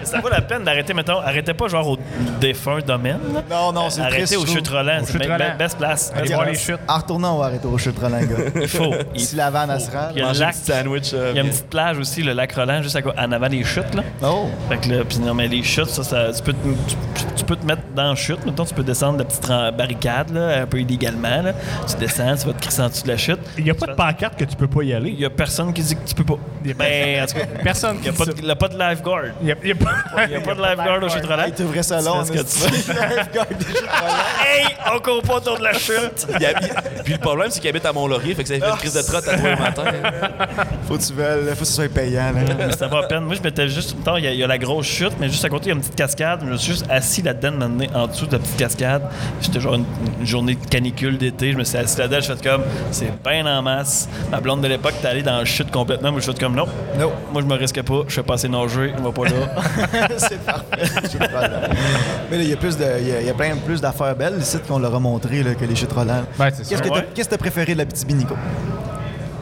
Ça vaut la peine d'arrêter, mettons, arrêtez pas genre au défunt domaine. là. Non, non, c'est Arrêtez triste, aux je trouve. chutes rollants, c'est chutes la rollants. best place. Allez Best voir place. les chutes. En retournant, Ah, on va arrêter aux chutes rollants, gars. Il faut. <laughs> Il- <laughs> si la vanne, elle se rase. Il y a le Manger lac. du sandwich. euh, Il y a une petite plage aussi, le lac Roland, juste à co- en avant des chutes. Là. Oh. Fait que là, puis non, mais les chutes, ça, ça- tu, peux te, tu, tu peux te mettre dans la chute. Mettons, tu peux descendre la petite ran- barricade, là, un peu illégalement. là. Tu descends, tu vas te crisser en dessous de la chute. Il n'y a pas de pancarte que tu peux pas y aller. Il y a personne qui dit que tu peux pas. Ben, en <laughs> tout cas, Personne il n'y a, qui pas dit de- il y a pas de lifeguard. Il n'y a, il y <laughs> a pas, Il n'y a pas de lifeguard au chute Roland. Ils trouveraient ça long. C'est ce que mais- Lifeguard des chutes rollants. Hey, on court pas autour de la chute. il y a- il- Puis le problème, c'est qu'il habite à Mont-Laurier, fait que ça fait une crise de trotte à toi le matin. <laughs> Faut que tu veuilles, faut que ce soit payant. là. <laughs> Mais ça va à peine. Moi, je m'étais juste. mettons, Il y, a- il y a la grosse chute, mais juste à côté, il y a une petite cascade. Je me suis juste assis là-dedans, un moment donné, en dessous de la petite cascade. J'étais genre une, une journée de canicule d'été. Je me suis assis là-dedans. Je fais comme, c'est bien en masse. Ma blonde de l'époque, t'es allée dans la chute complètement. Moi, je fais comme, non. Non. Moi, je me risque pas. Je fais passer nager. Je vais pas <laughs> là. c'est parfait. Je le prends, là. Mais là, il y a plus de, il y a, il y a plein plus d'affaires belles ici qu'on leur a montré là, que les chutes Roland. Ouais, c'est Qu'est-ce sûr. que t'as Ouais. qu'est-ce que t'as préféré de la petite Nico?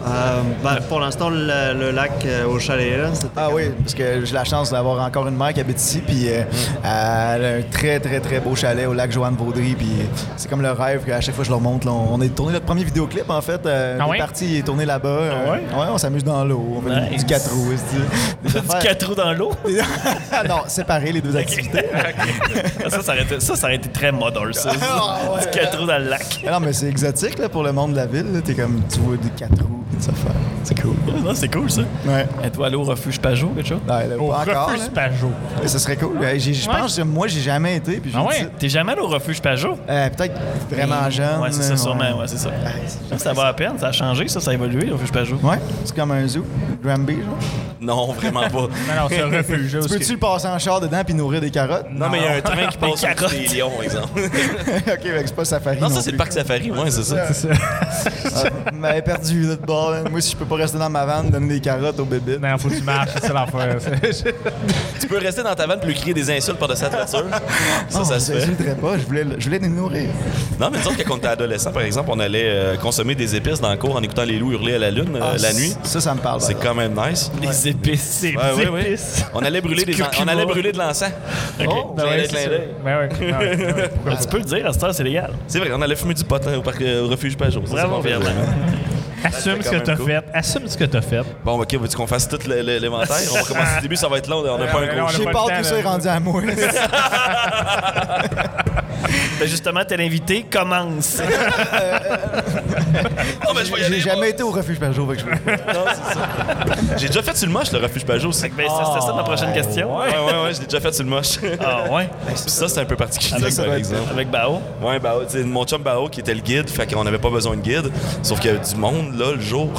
Euh, bah, pour l'instant, le, le lac euh, au chalet, là, c'était Ah oui, parce que j'ai la chance d'avoir encore une mère qui habite ici, puis euh, elle a un très, très, très beau chalet au lac Joanne Vaudry, puis c'est comme le rêve qu'à chaque fois je leur montre. là, on on a tourné notre premier vidéoclip, en fait. Euh, Ah on ouais? est parti, il est tourné là-bas. euh, ouais? on s'amuse dans l'eau, on fait Nice. du 4 roues, est-ce que- des du affaires- <laughs> Ah quatre roues dans l'eau. non, séparer les <laughs> deux activités. ça, ça aurait été, ça, ça aurait été très moderne, ça. Ah, <laughs> ouais. Du quatre roues dans le lac. Mais Non, mais c'est exotique là, pour le monde de la ville. là. T'es comme, tu vois des quatre roues. ça fait. C'est cool. Non, c'est cool, ça. Ouais. Et toi, aller au refuge Pajot, quelque chose? Ah Ouais, là, Au pas encore, hein. refus là. Pajot. Mais Ça serait cool. Euh, j'ai- Je pense que moi, j'ai jamais été. Puis j'ai Ah dit ouais? ça. T'es jamais allé au refuge Pajot? Euh, Peut-être vraiment jeune. euh, Ouais, c'est ça, là, sûrement. Ouais, c'est ça. Ouais, c'est- Ça va à peine, ça a changé, ça, ça a évolué, le refuge Pajot. Ouais, c'est comme un zoo, Granby, genre. Non, vraiment pas. Non, non, c'est un refuge. là, où Peux-tu le passer en char dedans puis nourrir des carottes? Non, mais il y a un train qui Des passe au-dessus carottes. des lions, exemple. <laughs> ok, mais c'est pas safari. Non, ça, non c'est le plus. parc safari, ouais, c'est ça. Ah, vous m'avez perdu là, de bord. là. Moi, si je peux pas rester dans ma vanne, donner des carottes aux bébés. Non, faut que tu marches, c'est l'affaire. C'est- Tu peux rester dans ta vanne puis lui crier des insultes par-dessus la voiture. Ça, ça se je fait. n'hésiterais pas. Je voulais, le- je voulais les nourrir. Non, mais disons que quand on était adolescent, par exemple, on allait euh, consommer des épices dans le cours en écoutant les loups hurler à la lune euh, Ah, la nuit. Ça, ça me parle. C'est par quand même nice. Les épices, les Ouais, ouais, ouais. épices. On allait brûler, Du des, en- on curcuma. allait brûler de l'encens. Ok. Ben Clin ouais, d'œil, c'est clin ça. d'œil. Ben ouais, ben ouais, ben ouais. Ben, tu peux le dire, à cette heure, c'est légal. C'est vrai, on allait fumer du pot hein, au, parc, euh, au refuge Pajot. Ça, c'est Bravo, pas vrai. Pierre. Assume ce quand que même t'as cool. fait. Assume ce que t'as fait. Bon, ok, veux-tu qu'on fasse tout le- le- l'éventaire? On va commencer du début, ça va être long, on n'a Ah, pas un ouais, non, gros on a J'ai pas peur le temps, que ça là. est rendu à moi. Ben, justement, t'es l'invité, commence. Ben, Non, mais je vais y J'ai aller, jamais été au refuge par jour. fait que je veux- moi. J'ai déjà fait sur le moche, le refuge Pajot aussi. Ben, ça, c'était ça ma prochaine question. Ouais, ouais, ouais, je l'ai déjà fait sur le moche. Ah, ouais. Puis ça, c'est un peu particulier, Ah, Ça, ça par doit être exemple. Avec Bao. Ouais, Bao, tu sais, mon chum Bao qui était le guide, fait qu'on n'avait pas besoin de guide, sauf qu'il y avait du monde, là, le <laughs> jour.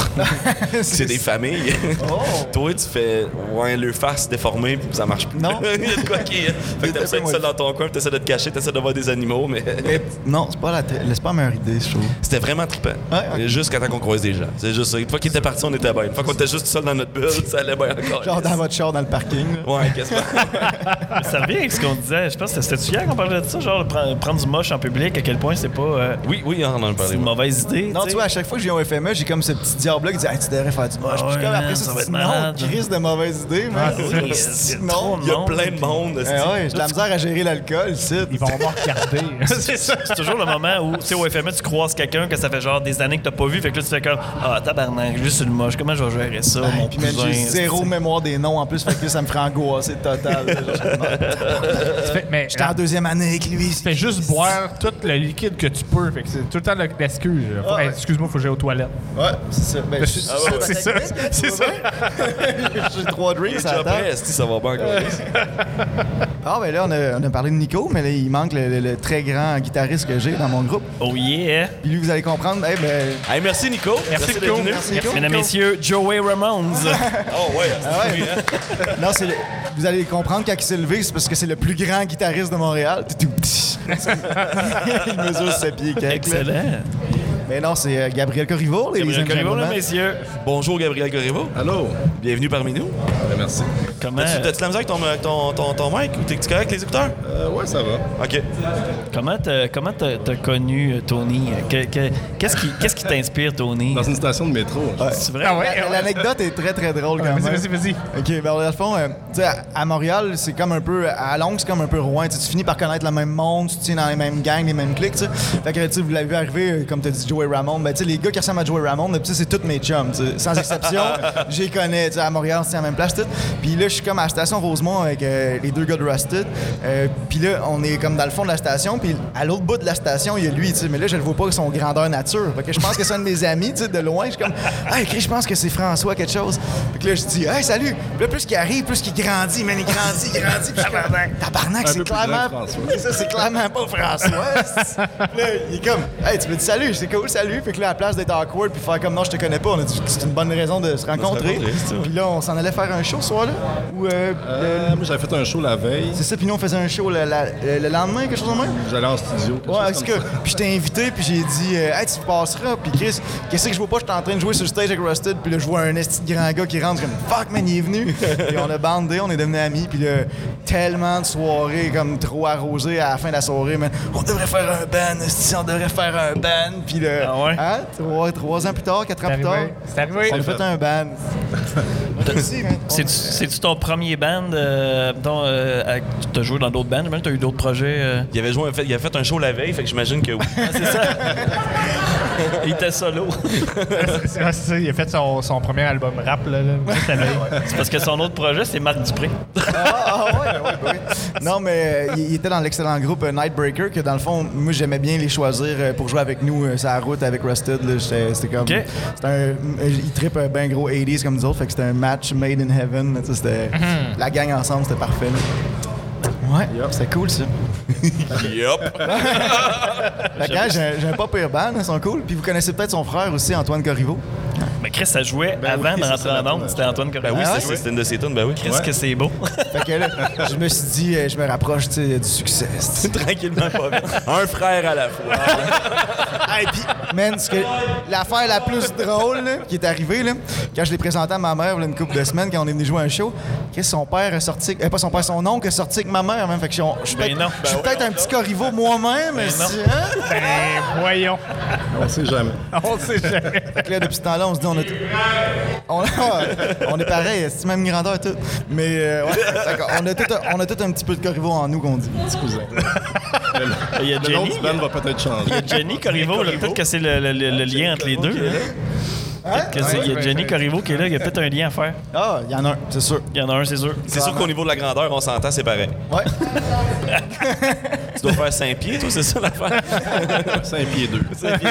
c'est des familles. Oh. Toi, tu fais, ouais, le face déformé, puis ça marche plus. Non. <laughs> Il y a de quoi qui. hein. Fait que t'essaies fait, d'être moi, seul dans ton coin, puis t'essaies de te cacher, t'essaies de voir des animaux, mais Mais Non, c'est pas la, c'est pas la meilleure idée, je trouve. c'était vraiment trippant. Ouais, ok. Jusqu'à temps qu'on croise des gens. C'est juste ça. Une fois qu'ils étaient partis, on était bien. Une fois qu'on était juste seul dans notre bulle, ça allait bien encore. Genre dans votre char, dans le parking. là. Ouais, qu'est-ce que. Ça revient avec ce qu'on disait. Je pense que c'était hier qu'on parlait de ça, genre pre- prendre du moche en public, à quel point c'est pas euh, Oui, oui, on en a c'est parlé. une mauvaise idée. Non, tu vois, à chaque fois que je viens au FME, E, j'ai comme ce petit diable-là qui dit hey, Tu devrais faire du moche. Ah Puis ouais, comme après man, ça, ça va c'est être non, malade. crise de mauvaise idée, man. <laughs> Oui, c'est Non. trop de Il y a monde. plein de monde. Eh ouais, j'ai de la misère à gérer l'alcool, c'est. Ils vont avoir regardé. C'est <laughs> ça. C'est toujours le moment où, tu sais, au FME, tu croises quelqu'un que ça fait genre des années que t'as pas vu, fait que là, tu fais comme Ah, tabarnak, lui, c'est le moche, comment je vais gérer ça, mon Puis même, cousin, j'ai zéro c'est- mémoire des noms en plus, fait que ça me ferait angoisser total. <laughs> Tu fais- Mais J'étais en deuxième année avec lui. tu fais juste boire tout le liquide que tu peux. Fait que c'est tout le temps le- l'excuse. là. Faut- Ah ouais. Hey, Excuse-moi, faut que j'aille aux toilettes. Ouais, c'est ça. Ben, je- C'est ça. C'est ça. <laughs> J'ai trois drinks à la Déjà table. prêt, esti, ça va bien encore. Ah, ben là, on a, on a parlé de Nico, mais là, il manque le, le- le très grand guitariste que j'ai dans mon groupe. Oh yeah! Puis lui, vous allez comprendre, eh ben, Hey, merci Nico. Merci, d'être Nico. venu. merci Nico. Mesdames et messieurs, Joey Ramones. Oh ouais. Ah ouais. non, c'est le- vous allez comprendre quand il s'est levé, c'est parce que c'est le plus grand guitariste de Montréal. Tout, tout petit. <laughs> il mesure ses pieds quelques, là. Excellent. Mais non, c'est euh, Gabriel Corriveau, les Gabriel Corriveau, là, gentlemen. messieurs. Bonjour Gabriel Corriveau. Allô? Bienvenue parmi nous. merci. Comment, Tu T'as-tu de la misère avec ton, avec ton, ton, ton mic ou t'es tu correct avec les écouteurs? Euh, ouais, ça va. OK. comment, t'as, comment t'as, t'as connu euh, Tony? Que- que- qu'est-ce, qui, qu'est-ce qui t'inspire, Tony? Dans une station de métro. C'est vrai? Ah ouais? La- L'anecdote est très très drôle quand Vas-y, même. vas-y, vas-y. Ok, ben dans le fond, euh, tu sais, à- à Montréal, c'est comme un peu. À Londres, c'est comme un peu Rouen. Tu sais, tu finis par connaître le même monde, tu tiens dans les mêmes gangs, les mêmes clics, tu sais. Fait que, tu sais, vous l'avez vu arriver, euh, comme tu dit, Joey Ramone. Ben, tu sais, les gars qui ressemblent à Joey Ramone, ben, tu sais, c'est tous mes chums, tu sais. Sans exception, j'ai connais. Tu sais, à Montréal, c'est à la même place, tout. Puis là, je suis comme à la station Rosemont avec euh, les deux gars de Rusted. Euh, puis là, on est comme dans le fond de la station, puis à l'autre bout de la station, il y a lui, tu sais. Mais là, je le vois pas son grandeur nature. Fait que je pense que c'est un de mes amis, tu sais, de loin. Je suis comme, hey, Chris, je pense que c'est François quelque chose. Fait que là, je dis, hey, salut. Puis là, plus qu'il arrive, plus qu'il grandit, man, il grandit, il grandit. Puis je suis comme, tabarnak, Un c'est peu plus grand que clairement. François. Et ça, c'est clairement pas François. Puis là, il est comme, hey, tu me dis salut, c'est cool, salut. Fait que là, à la place d'être awkward puis faire comme, non, je te connais pas, on a dit, c'est une bonne raison de se rencontrer. rencontrer, c'est ça. Puis là, on s'en allait faire un show ce soir-là. Ou, euh, Euh, moi, j'avais fait un show la veille. c'est ça, puis nous, on faisait un show le, la- le- le lendemain, quelque chose en même. J'allais en studio. quelque Ouais, chose est-ce que. comme ça. Puis j'étais invité, puis j'ai dit, euh, hey, tu passeras. Puis Chris, qu'est-ce que je vois pas? J'étais en train de jouer sur le stage avec Rusted, puis là, je vois un esti de grand gars qui rentre, je suis comme, fuck, man, il est venu. puis on a bandé, on est devenus amis, puis là, tellement de soirées, comme trop arrosées à la fin de la soirée, man. On devrait faire un ban, esti, on devrait faire un ban, puis là. Ah ouais? Hein? Trois, trois ans plus tard, quatre ans C'est plus tard. arrivé. C'est arrivé. On a fait un ban. C'est-tu- C'est-tu ton premier band? Euh, mettons, euh, à- tu as joué dans d'autres bands, j'imagine tu as eu d'autres projets. euh, Il avait, joué, un fait- il avait fait un show la veille, fait que j'imagine <laughs> que oui. Il était solo. <laughs> C'est vrai, c'est ça, il a fait son, son premier album rap, là. là. Juste à l'œil. c'est parce que son autre projet, c'est Marc Dupré. Ah, ah, ouais, ouais, bah oui. Non, mais euh, il, il était dans l'excellent groupe euh, Nightbreaker, que dans le fond, moi, j'aimais bien les choisir euh, pour jouer avec nous euh, sur la route avec Rusted. là. J'étais- C'était comme. Ok. c'était un- euh, il trippe un ben gros 80s comme nous autres, fait que c'était un match made in heaven. là, tu sais, C'était La gang ensemble, c'était parfait. là. Ouais, c'était cool ça. yup. La gang, hein, j'ai un- j'ai un pas pire band, hein, ils sont cool. Puis vous connaissez peut-être son frère aussi, Antoine Corriveau. Mais Chris, ça jouait Ben avant oui, de c'est rentrer ça, en onde. C'était Antoine Correa. Ben oui, Ah c'est ouais? ça, c'était une de ses tunes, ben oui. Chris, que c'est beau. Fait que là, je me suis dit, euh, je me rapproche tu sais, du succès. c'est- <laughs> Tranquillement, pas <laughs> vite. Un frère à la fois. Hey, puis, man, ce que- l'affaire la plus drôle là, qui est arrivée, là, quand je l'ai présenté à ma mère il y a une couple de semaines, quand on est venu jouer à un show, que son père a sorti. euh, pas son père, son oncle a sorti avec ma mère, même. Fait que je suis- je suis Ben peut-être non. je suis peut-être un petit corriveau moi-même. non. si- hein? Ben, voyons. On sait jamais. Ah, On sait jamais. Fait que là, depuis ce temps-là, on se dit, on a. On, <laughs> on est pareil, c'est même grandeur et tout. Mais euh, ouais, fait qu'on- on, a tout un, on a tout un petit peu de corriveau en nous qu'on dit. Petit cousin. Il y a Le nom Jenny. du band va peut-être changer. <laughs> Jenny Corriveau, là, peut-être que c'est le, le- le- le lien entre les deux. là. Peut-être que c'est il y a Jenny Corriveau qui est là, il y a peut-être un lien à faire. Ah, il y en a un, c'est sûr. Il y en a un, c'est sûr. C'est sûr qu'au niveau de la grandeur, on s'entend, c'est pareil. Ouais. Tu dois faire 5 pieds, toi, c'est ça l'affaire? 5 pieds 2. Puis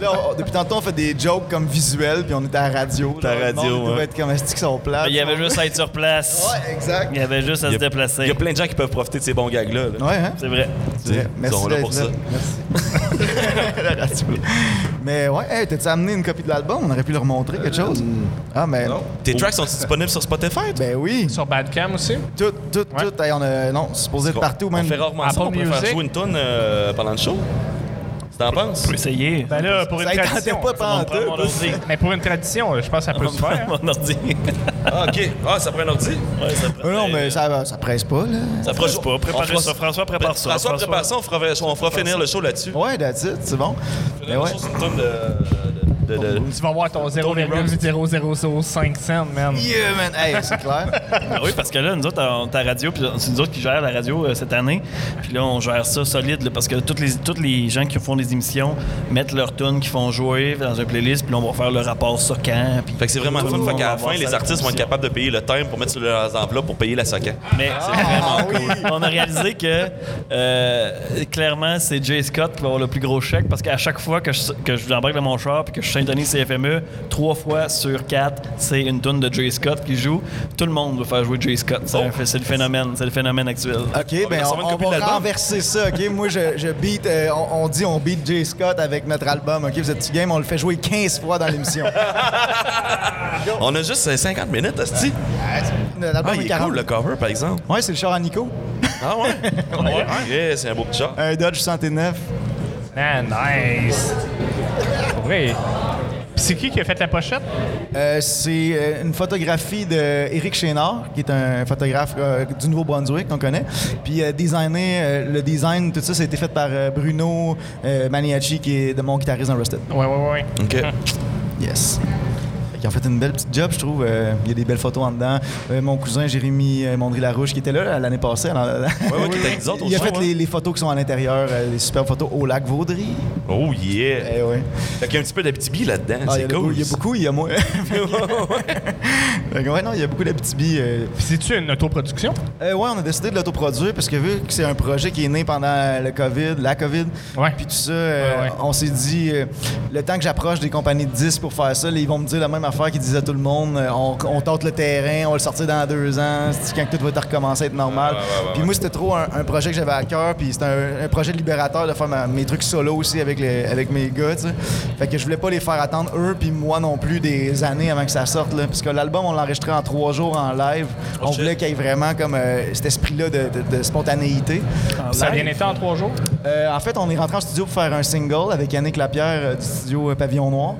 là, on- depuis tantôt, on fait des jokes comme visuels, puis on était à la radio. Ta Genre, le monde, radio, il devait ouais. être comme est-ce qu'ils sont plats. Il y avait juste à être sur place. Ouais, exact. Il y avait juste à se Il y déplacer. a plein de gens qui peuvent profiter de ces bons gags-là. là. Ouais, hein? C'est vrai. Tu sais, Ils sont là d'être pour ça. Merci. La radio. Mais ouais, hey, t'as-tu amené une copie de l'album? On aurait pu leur montrer quelque chose. Ah, mais. Tes tracks sont disponibles sur Spotify? toi? Ben oui. Sur Badcam aussi? Tout, tout, tout. Hey, on a, non, c'est supposé être partout, On même. fait rarement ça, Apple on peut faire Music. jouer une tonne pendant le show. Tu t'en penses? On peut essayer. Ben là, pour une Ça y tentait tradition. pas on pendant prend mon ordi. Mais pour une tradition, je pense que ça peut se <laughs> <laughs> faire. hein. Mon ordi. Ah, OK. Ah, ça prend un ordi? Ouais, ça prend- Non, mais ça, ça presse pas, là. Ça presse pas. On Préparez fera- Ben, ça. François, prépare ça. François, prépare ça, on fera, on fera finir le show là-dessus. Ouais, that's it, c'est bon. Mais On ouais. fait une tonne de- de- de- de- Tu vas voir ton 0,0005 cents, man. Yeah, man. Hey, c'est clair. Ben <laughs> oui, parce que là, nous autres, on est à radio, puis c'est nous autres qui gèrent la radio euh, cette année. Puis là, on gère ça solide, là, parce que toutes les, toutes les gens qui font des émissions mettent leurs tunes qu'ils font jouer dans une playlist, puis là, on va faire le rapport socan. puis- Fait que c'est vraiment Tout fun. le Fait monde qu'à va la avoir fin, sa les artistes vont être position. capables de payer le thème pour mettre sur leurs enveloppes pour payer la socket. Mais Ah, c'est vraiment cool. On a réalisé que euh, clairement, c'est Jay Scott qui va avoir le plus gros chèque parce qu'à chaque fois que je, que je l'embarque dans mon char puis que je syntonise CFME, E, trois fois sur quatre, c'est une tonne de Jay Scott qui joue. Tout le monde veut faire jouer Jay Scott. C'est Oh. un- C'est le phénomène. C'est le phénomène actuel. Ah. OK, ben va on, sûrement une on copie de va l'album. renverser ça, OK? Moi, je, je beat... euh, on, on dit on beat Jay Scott avec notre album, OK? Vous êtes-tu game? On le fait jouer 15 fois dans l'émission. <laughs> Ah, On a juste euh, 50 minutes, Asti. L'album Ah, est il est 40. cool, le cover, par exemple. Ouais, c'est le char à Nico. Ah <laughs> ouais? ouais. Yeah, c'est un beau petit chat. Un Dodge 109. Man, nice. Pour vrai. Pis c'est qui qui a fait la pochette? Euh, c'est euh, une photographie de Eric Chénard, qui est un photographe euh, du Nouveau-Brunswick qu'on connaît. Puis euh, designé, euh, le design, tout ça, ça a été fait par euh, Bruno euh, Maniaci, qui est de mon guitariste dans Rusted. Ouais, ouais, ouais. OK. Yes. Ils ont fait une belle petite job, je trouve. Euh, Il y a des belles photos en dedans. Euh, mon cousin Jérémy euh, Mondry-Larouche, qui était là là, l'année passée, alors- euh, Ouais, ouais, qui était avec nous autres au <laughs> il a show, fait hein. les, les photos qui sont à l'intérieur, euh, les superbes photos au lac Vaudry. Oh yeah! Eh ouais. Fait qu'il y a un petit peu d'Abitibi là-dedans, Ah, il, y a c'est le- cool. il y a beaucoup, il y <laughs> a moins. <laughs> Fait que ouais, non, il y a beaucoup d'Abitibi. Euh, Pis c'est-tu une autoproduction? Euh, ouais, on a décidé de l'autoproduire parce que vu que c'est un projet qui est né pendant le COVID, la COVID, Ouais. puis tout ça, euh, Ouais, ouais. on s'est dit, euh, le temps que j'approche des compagnies de 10 pour faire ça, là, ils vont me dire la même affaire qu'ils disaient à tout le monde, euh, on, on tente le terrain, on va le sortir dans deux ans, c'est quand tout va recommencer à être normal. puis moi, c'était trop un, un projet que j'avais à cœur, puis c'était un, un projet libérateur de faire ma- mes trucs solo aussi avec, les- avec mes gars, tu sais. Fait que je voulais pas les faire attendre eux, puis moi non plus, des années avant que ça sorte, là, parce que l'album, on l'enregistrait en trois jours en live. on shit. voulait qu'il y ait vraiment comme euh, cet esprit-là de, de- de spontanéité. Ça a bien été en trois jours? Euh, en fait, on est rentré en studio pour faire un single avec Yannick Lapierre euh, du studio euh, Pavillon Noir.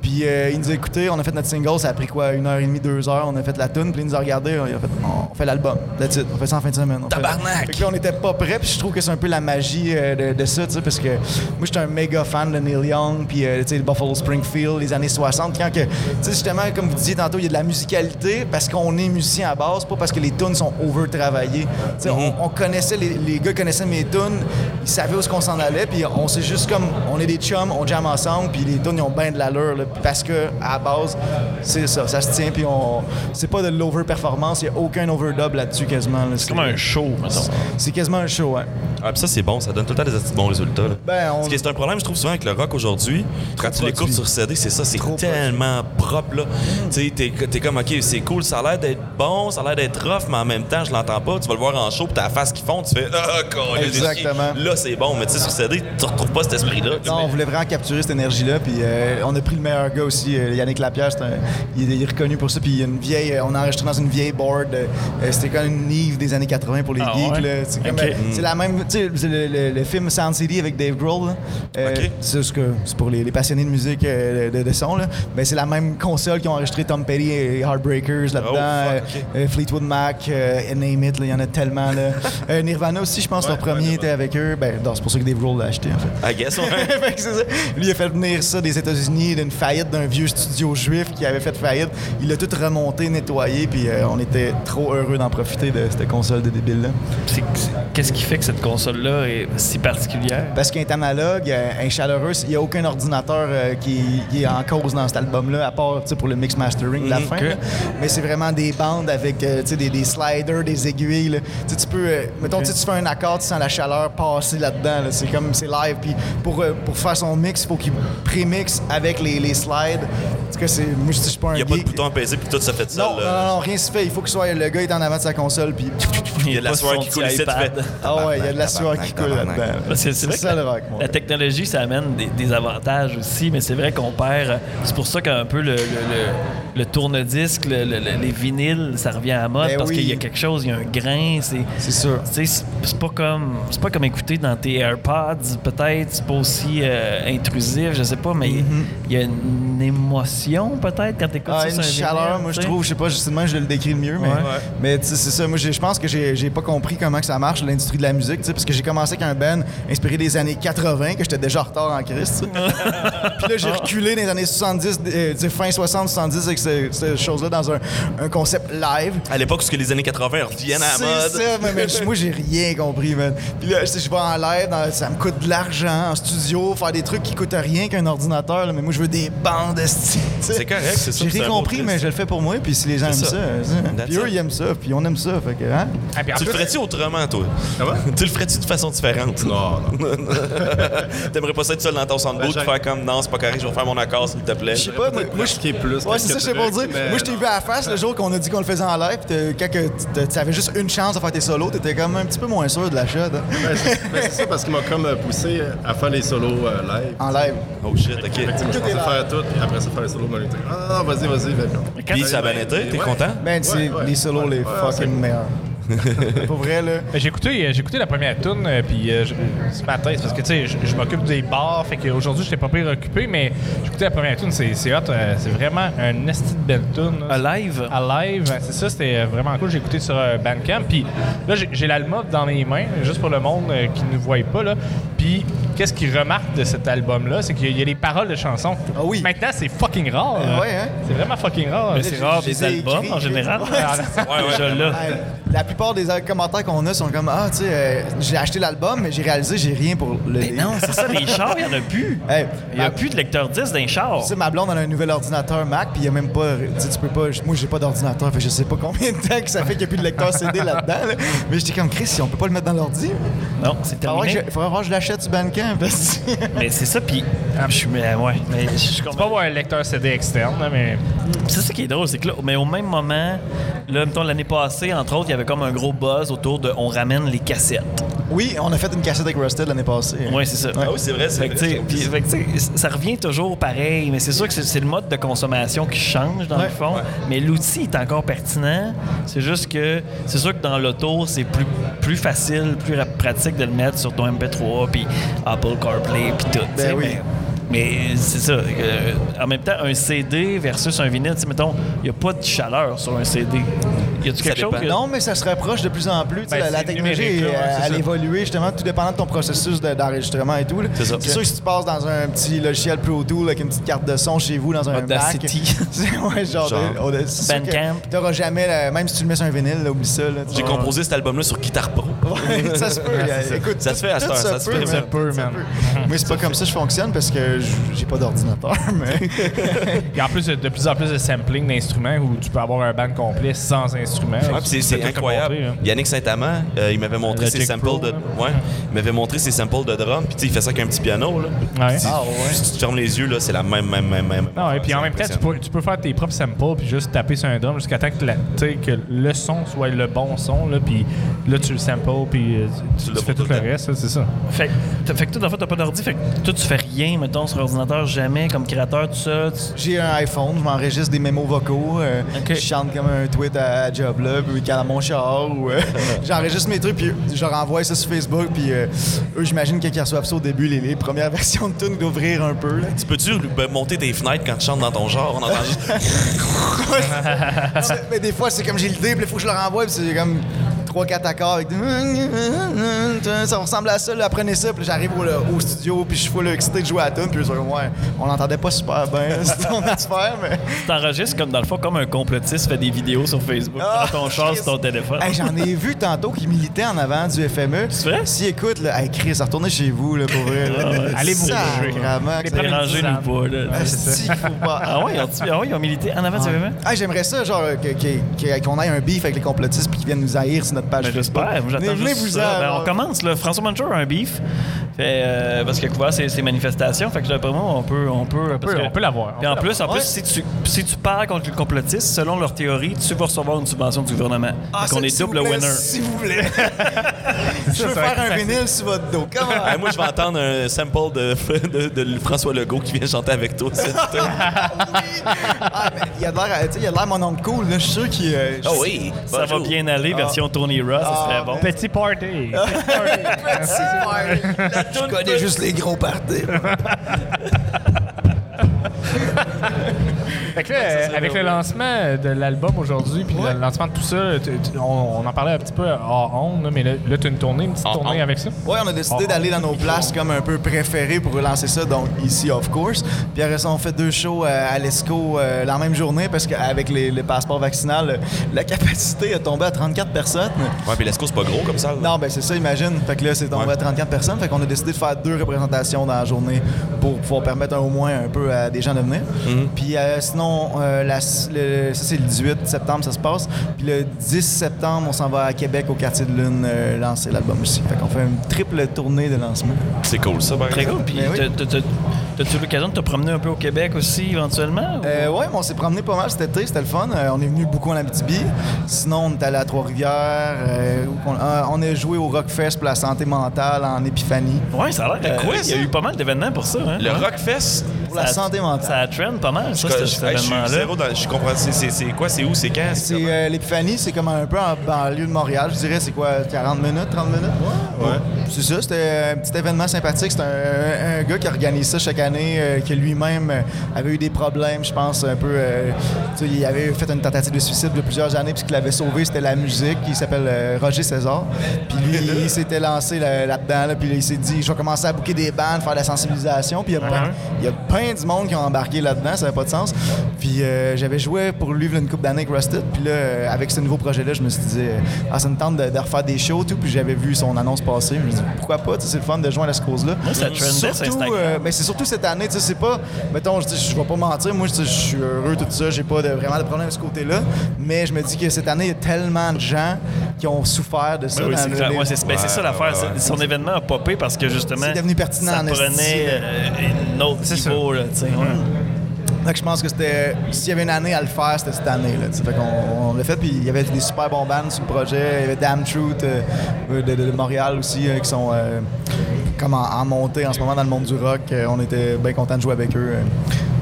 Puis Puis euh, il nous a écoutés, on a fait notre single, ça a pris quoi, une heure et demie, deux heures, on a fait la tune, puis il nous a regardé, on, il a fait, on fait l'album, that's it, on fait ça en fin de semaine. on fait- Tabarnak! Fait que là, on n'était pas prêts, puis je trouve que c'est un peu la magie euh, de, de ça, tu sais, parce que moi, j'étais un méga fan de Neil Young, puis euh, tu sais, de Buffalo Springfield, les années 60, quand que, tu sais, justement, comme vous disiez tantôt, il y a de la musicalité, parce qu'on est musicien à base, pas parce que les tunes sont over-travaillées. Tu sais, Mhm. on, on connaissait, les, les gars connaissaient mes tunes, ils savaient où est-ce qu'on s'en allait, puis on s'est juste comme, on est des chums, on jam ensemble, puis les tunes, ils ont bien de l'allure, là, parce que, à la base, c'est ça, ça se tient, puis on, c'est pas de l'over-performance, il n'y a aucun overdub là-dessus, quasiment. là. c'est comme un show, mettons. c'est quasiment un show, hein. ouais. Ah, puis ça, c'est bon, ça donne tout le temps des petits bons résultats. là. Ben, on- Ce qui est un problème, je trouve, souvent avec le rock aujourd'hui, quand tu l'écoutes sur CD, c'est ça, c'est tellement propre. là. Tu sais, t'es t'es comme, OK, c'est cool, ça a l'air d'être bon, ça a l'air d'être rough, mais en même temps, je l'entends pas. Tu vas le voir en show, puis t'as la face qui fond, tu fais, ah, câlisse, Exactement. Là, c'est bon, mais tu sais, sur CD, tu retrouves pas cet esprit-là. Non, on Mais- voulait vraiment capturer cette énergie-là. Puis euh, on a pris le meilleur gars aussi, euh, Yannick Lapierre. c'est un- il, est- il est reconnu pour ça. Puis il y a une vieille, euh, on a enregistré dans une vieille board. euh, euh, C'était comme une Nive des années 80 pour les Ah geeks. ouais? là. C'est comme, Ok. euh, c'est la même. Tu sais, c'est le, le- le film Sound City avec Dave Grohl. là. Euh, Ok. C'est juste que c'est pour les, les passionnés de musique euh, de, de son. Là. Mais c'est la même console qui ont enregistré Tom Petty et Heartbreakers là-dedans. Oh, euh, fuck, euh, Fleetwood Mac, euh, Name It, là, il y en a tellement. Là. Euh, Nirvana aussi, je pense, leur premier était avec eux. Ben, non, c'est pour ça que Dave Grohl l'a acheté en fait. I guess, <laughs> ouais. Fait que c'est ça. Lui, il a fait venir ça des États-Unis, d'une faillite d'un vieux studio juif qui avait fait faillite. Il l'a tout remonté, nettoyé, puis euh, on était trop heureux d'en profiter de cette console de débile-là. C'est- c'est- Qu'est-ce qui fait que cette console-là est si particulière? Parce qu'un analogue, euh, un chaleureux, il n'y a aucun ordinateur euh, qui, qui est en cause dans cet album-là, à part tu sais, pour le mix mastering de Mhm. la fin. ok. là. Mais c'est vraiment des bandes avec euh, tu sais, des, des sliders, des aiguilles. là. Tu sais, tu peux, euh, mettons, tu sais, tu fais un accord, tu sens la chaleur passer là-dedans. là. C'est comme, c'est live. Puis pour, euh, pour faire son mix, il faut qu'il prémixe avec les, les slides. En tout cas, c'est, moi, je je suis pas un Il n'y a pas de geek. bouton apaisé, puis tout se fait seul. Non, non, là. non, rien se fait. Il faut que soit, le gars est en avant de sa console, puis... <laughs> Il y a de la Pas sueur son qui petit coule ici, tu iPad. fais- Ah ouais, il y a de la sueur qui coule tabarnak. là-dedans. Parce que c'est vrai que ça la, le rock, moi. la technologie, ça amène des, des avantages aussi, mais c'est vrai qu'on perd. euh, C'est pour ça qu'un peu le, le- le- le tourne-disque, le- le- le- les vinyles, ça revient à la mode Ben parce oui. qu'il y a quelque chose, il y a un grain. C'est C'est sûr. tu sais, c'est c'est pas comme c'est pas comme écouter dans tes AirPods, peut-être, c'est pas aussi euh, intrusif, je sais pas, mais il y a une émotion peut-être quand t'écoutes Mm-hmm. Ah, ça une sur un chaleur, vinyle, moi je tu sais. trouve, je sais pas, justement, je le décris le mieux, mais, Ouais. mais tu sais, c'est ça. Moi, j'ai- je pense que j'ai j'ai pas compris comment que ça marche, l'industrie de la musique, tu sais, parce que j'ai commencé avec un band inspiré des années 80, que j'étais déjà en retard en Christ. tu sais. <laughs> Puis là, Ah. j'ai reculé dans les années 70, euh, tu sais, fin 60, 70, avec ce- cette chose-là dans un, un concept live. À l'époque où ce que les années 80 reviennent à la mode. C'est ça, mais, mais moi, j'ai rien compris, man. Puis là, je sais, je vais en live, dans- ça me coûte de l'argent en studio, faire des trucs qui coûtent rien qu'un ordinateur, là, mais moi, je veux des bandes de style, tu sais. C'est correct, c'est ça, J'ai c'est rien un beau compris, triste. mais je le fais pour moi, puis si les gens aiment C'est ça, ça. euh, ça. That's puis eux, it. ils aiment ça, puis on aime ça, fait que, hein? Ah, puis en Tu le plus- ferais-tu autrement, toi? <laughs> tu le ferais-tu de façon différente? Non, non. <laughs> T'aimerais pas ça être seul dans ton soundboard Ben, et faire comme non, c'est pas correct, je vais faire mon accord s'il te plaît. Je sais pas, moi, moi, je- Marquer plus. Ouais, c'est ça, je sais pas dire. Moi, je t'ai vu à la face le jour qu'on a dit qu'on le faisait en live, puis t'as- quand que tu- t'as- tu avais juste une chance de faire tes solos, t'étais quand même un petit peu moins sûr de la shot, hein, Ben, c'est ben, c'est ça parce qu'il m'a comme euh, poussé à faire les solos euh, live. en live. Oh shit, ok. Fait que, tu sais, moi, je pensais faire tout, puis après ça, faire les solos, mais j'étais, Ah, vas-y, vas-y, fais comme. <laughs> Puis ça a bien été, t'es content? Ben, c'est ouais, les solos ouais, les ouais, c'est fucking cool. meilleurs. <laughs> Pour vrai, là. Ben, J'ai écouté, euh, j'ai écouté la première tune euh, puis euh, je- ce matin, c'est parce que tu sais, je, je m'occupe des bars, fait qu'aujourd'hui j'étais pas pire occupé, mais j'ai écouté la première tune, c'est c'est hot, euh, c'est vraiment un esti de belle tune. Ah, Un live? Ah, À live, euh, c'est ça, c'était euh, vraiment cool. J'ai écouté sur euh, Bandcamp, puis là j'ai- j'ai l'album dans les mains, juste pour le monde euh, qui ne voit pas là. Puis qu'est-ce qu'ils remarquent de cet album là, c'est qu'il y a- il y a les paroles de chansons. Ah oui. Maintenant c'est fucking rare. là. ouais, hein? C'est vraiment fucking rare. Mais c'est rare je les des ai albums écrits, en j'ai- général. Ouais, Ouais, ouais. Déjà là. Hey, La plupart des commentaires qu'on a sont comme Ah, tu sais, euh, j'ai acheté l'album, mais j'ai réalisé j'ai rien pour le Mais non, c'est ça, les chars, il n'y en a plus. <laughs> Hey, Il n'y a ma- plus de lecteur 10 dans les chars. tu sais, ma blonde, elle a un nouvel ordinateur Mac, puis il y a même pas. Tu sais, tu peux pas. Moi, j'ai pas d'ordinateur, fait que je sais pas combien de temps que ça fait qu'il n'y a plus de lecteur CD là-dedans. là. Mais j'étais comme Chris, si on peut pas le mettre dans l'ordi. Non, c'est Faudrait que terminé. Ah, je- faudrait voir que je l'achète sur Bandcamp. <laughs> parce que- Mais c'est ça, puis Ah, je suis, mais ouais, mais je suis C'est convaincu. pas avoir un lecteur CD externe, là, mais C'est ça qui est drôle, c'est que là, mais au même moment, là, mettons, l'année passée, entre autres, il y avait comme un gros buzz autour de on ramène les cassettes. Oui, on a fait une cassette avec Rusted l'année passée. Ouais, c'est ça. Ah oui, c'est vrai, c'est Fait que, tu sais, vrai. puis- fait que, tu sais, ça revient toujours pareil, mais c'est sûr que c'est- c'est le mode de consommation qui change dans le fond. Mais l'outil est encore pertinent. C'est juste que c'est sûr que dans l'auto, c'est plus, plus facile, plus rap- pratique de le mettre sur ton MP3, puis Apple CarPlay, puis tout. tu sais, Ben oui. mais Mais c'est ça. euh, en même temps, un CD versus un vinyle, tu sais, mettons, il n'y a pas de chaleur sur un CD. Y a-tu quelque chose? dépend. que- Non, mais ça se rapproche de plus en plus. Tu sais, Ben, la, la c'est technologie, numérique, là, elle, ouais, c'est elle ça. évolue justement, tout dépendant de ton processus de- d'enregistrement et tout. là. C'est ça. sûr que si tu passes dans un petit logiciel Pro Tool avec une petite carte de son chez vous, dans un Audacity. Mac, <laughs> c'est- ouais, genre, Genre. de- Auda- c'est sûr que Bandcamp. T'auras jamais, la- même si tu le mets sur un vinyle, là, oublie ça. là, tu J'ai vas- composé cet album-là sur Guitar Pro. <laughs> Ouais, ça se peut. euh, Écoute, Ça se fait à tout cette heure, ça se fait, man. ça se peut, Tout man. Mais c'est pas comme ça que je fonctionne parce que j- j'ai pas d'ordinateur. <laughs> Mais... Et en plus, il y a de plus en plus de sampling d'instruments où tu peux avoir un band complet sans instrument. Ah, Ouais, puis c'est- c'est incroyable. Yannick Saint-Amand, euh, il m'avait montré Le ses Jake samples hein. Pro, de. là. Ouais. Il m'avait montré ses samples de drum. Puis tu sais, il fait ça avec un petit piano. Là. Ouais. Si- Si tu fermes les yeux, là, c'est la même, même, même, même. Ah ouais, C'est puis en même temps, tu impressionnant. peux, tu peux faire tes propres samples puis juste taper sur un drum jusqu'à temps que, la- tu sais, que le son soit le bon son, là, puis là, tu le samples, puis euh, tu, Tu tu l'as fais pour tout tout le le temps. reste, là, c'est ça. Fait, que- t'as- fait que toi, dans le fond, t'as pas d'ordi. Fait que toi, tu fais rien, mettons, sur ordinateur, jamais, comme créateur, tout ça. tu- J'ai un iPhone, je m'enregistre des mémos vocaux, euh, Ok. je chante comme un tweet à, à job là, puis calme mon char, ou euh, j'enregistre mes trucs, puis je leur envoie ça sur Facebook, puis euh, eux, j'imagine que qu'ils reçoivent ça au début, les, les premières <laughs> versions de tunes d'ouvrir un peu. là. Tu peux-tu ben, monter tes fenêtres quand tu chantes dans ton genre? On entend <laughs> juste. mais des fois, c'est comme j'ai l'idée, puis il faut que je leur envoie, puis c'est comme 3-4 accords avec des... Ça ressemble à ça, là, prenez ça, puis j'arrive au, au studio, puis je suis full excité de jouer à la tune, puis ils sont comme, ouais, on l'entendait pas super bien, <laughs> c'est ton affaire, mais... T'enregistres comme dans le fond comme un complotiste fait des vidéos sur Facebook Ah, dans ton char Christ. sur ton téléphone. Hey, J'en ai vu tantôt qui militait en avant du FME. C'est vrai? Si écoute, là, hey, Chris, retournez chez vous là, pour vrai. Ah, là. Allez vous Sacrement Ah, que Les ça- premiers- Dérangez nous pas là. Asti qu'il faut pas. Ah ouais, ils ont, ah ouais, ils ont milité en avant hein? du vraiment? Hey, J'aimerais ça, genre, que- que- que- qu'on ait un beef avec les complotistes puis qu'ils viennent nous haïr sur notre page. Ben, Facebook. J'espère. Moi, j'attends Venez- juste venez-vous-en, ça. Ben, alors. on commence. Là. François Mancher a un beef fait, euh, parce qu'il a couvert ses, ses manifestations. Fait que d'après moi, on peut, on peut, parce peut- que- on peut l'avoir. Puis On en peut plus, en plus, Ouais. si tu, si tu parles contre le complotiste, selon leur théorie, tu vas recevoir une subvention du gouvernement. Ah, Donc on s'il- est s'il vous double plaît, winner. S'il <laughs> vous plaît. Je veux faire un vinyle sur votre dos. Comment? Ben, Hey, moi, je vais entendre un sample de, <laughs> de, de François Legault qui vient chanter avec toi. c'est tout. Ah, mais il a de l'air, euh, tu sais, il a de l'air mon oncle cool. là. Je suis sûr qu'il. euh, je- Ah oui! Ça va bonjour. bien aller, version Ah. Tony Ross, ça serait bon. ben, Petit party! Petit party. Ah Je connais juste les gros partis. Fait que là, euh, avec le lancement de l'album aujourd'hui, puis le lancement de tout ça, tu- tu- on, on en parlait un petit peu hors on, mais là, là tu as une tournée, une petite En tournée on. avec ça. Ouais, on a décidé Oh. d'aller dans nos places comme un peu préférées pour relancer ça, donc ici, of course. Puis après ça, on fait deux shows euh, à l'ESCO euh, la même journée parce qu'avec les, les passeports vaccinaux, le- la capacité est tombée à 34 personnes. Ouais, puis l'ESCO, c'est pas gros comme ça. là. Non, ben c'est ça, imagine. Fait que là, c'est tombé Ouais. à 34 personnes. Fait qu'on a décidé de faire deux représentations dans la journée pour pouvoir permettre au moins un peu à des gens de venir. Mhm. Puis euh, sinon, euh, la- le- ça, c'est le 18 septembre, ça se passe. Puis le 10 septembre, on s'en va à Québec, au quartier de Lune, euh, lancer l'album aussi. Fait qu'on fait une triple tournée de lancement. C'est cool, ça, par Très exemple. cool. Puis Mais oui. t'as- t'as- t'as- t'as-tu eu l'occasion de te promener un peu au Québec aussi, éventuellement? ou- Euh, ouais, mais on s'est promené pas mal cet été, c'était le fun. Euh, on est venu beaucoup en Abitibi. Sinon, on est allé à Trois-Rivières. euh, où qu'on- euh, on, a joué au Rockfest pour la santé mentale en Épiphanie. Ouais, ça a l'air. quoi, euh, Il y a ça? eu pas mal d'événements pour ça. Hein? Le Ouais. Rockfest, Pour la Ça- santé Ça mentale. a trend pas mal, ça, je, cet je- cet hey, je suis événement-là. zéro dans. Je comprends. c'est- C'est c'est quoi, c'est où, c'est quand? c'est C'est, comment? euh, L'Épiphanie, c'est comme un peu en banlieue de Montréal. Je dirais, c'est quoi, 40 minutes, 30 minutes? Ouais, ouais. C'est ça, c'était un petit événement sympathique. C'est un, un gars qui organise ça chaque année, euh, qui lui-même euh, avait eu des problèmes, je pense, un peu. euh, tu sais, il avait fait une tentative de suicide de plusieurs années, puis ce qui l'avait sauvé, c'était la musique. Il s'appelle euh, Roger César. Puis lui, il s'était lancé là- là-dedans, là, puis il s'est dit, je vais commencer à bouquer des bandes, faire de la sensibilisation. Puis il y a plein- il y a plein du monde qui ont embarqué là-dedans, ça n'avait pas de sens. Puis euh, j'avais joué pour lui v'là une coupe d'années avec Rusted. Puis là, euh, avec ce nouveau projet-là, je me suis dit, euh, ah, ça me tente de, de refaire des shows, tout. Puis j'avais vu son annonce passer. Je me suis dit, pourquoi pas? Tu sais, C'est le fun de joindre à ce cause-là. Moi, ça trendait sur Surtout, Instagram. euh, ben, c'est surtout cette année, tu sais, c'est pas. Mettons, je dis- je vais pas mentir, moi, je dis- je suis heureux, tout ça, j'ai pas de- vraiment de problème de ce côté-là. Mais je me dis que cette année, il y a tellement de gens qui ont souffert de ça. Oui, oui, dans c'est le- clair. les- Ouais, c'est ben, c'est ça l'affaire. C'est- Son événement a popé parce que justement. C'est devenu pertinent Ça en esti, prenait là. euh, un autre niveau, là, tu sais. ouais. Fait que je pense que c'était. S'il y avait une année à le faire, c'était cette année. Là, tu sais. fait qu'on on l'a fait, puis il y avait des super bons bands sur le projet. Il y avait Damn Truth euh, de, de- de Montréal aussi, euh, qui sont euh, comme en, en montée en ce moment dans le monde du rock. Euh, on était bien contents de jouer avec eux. euh.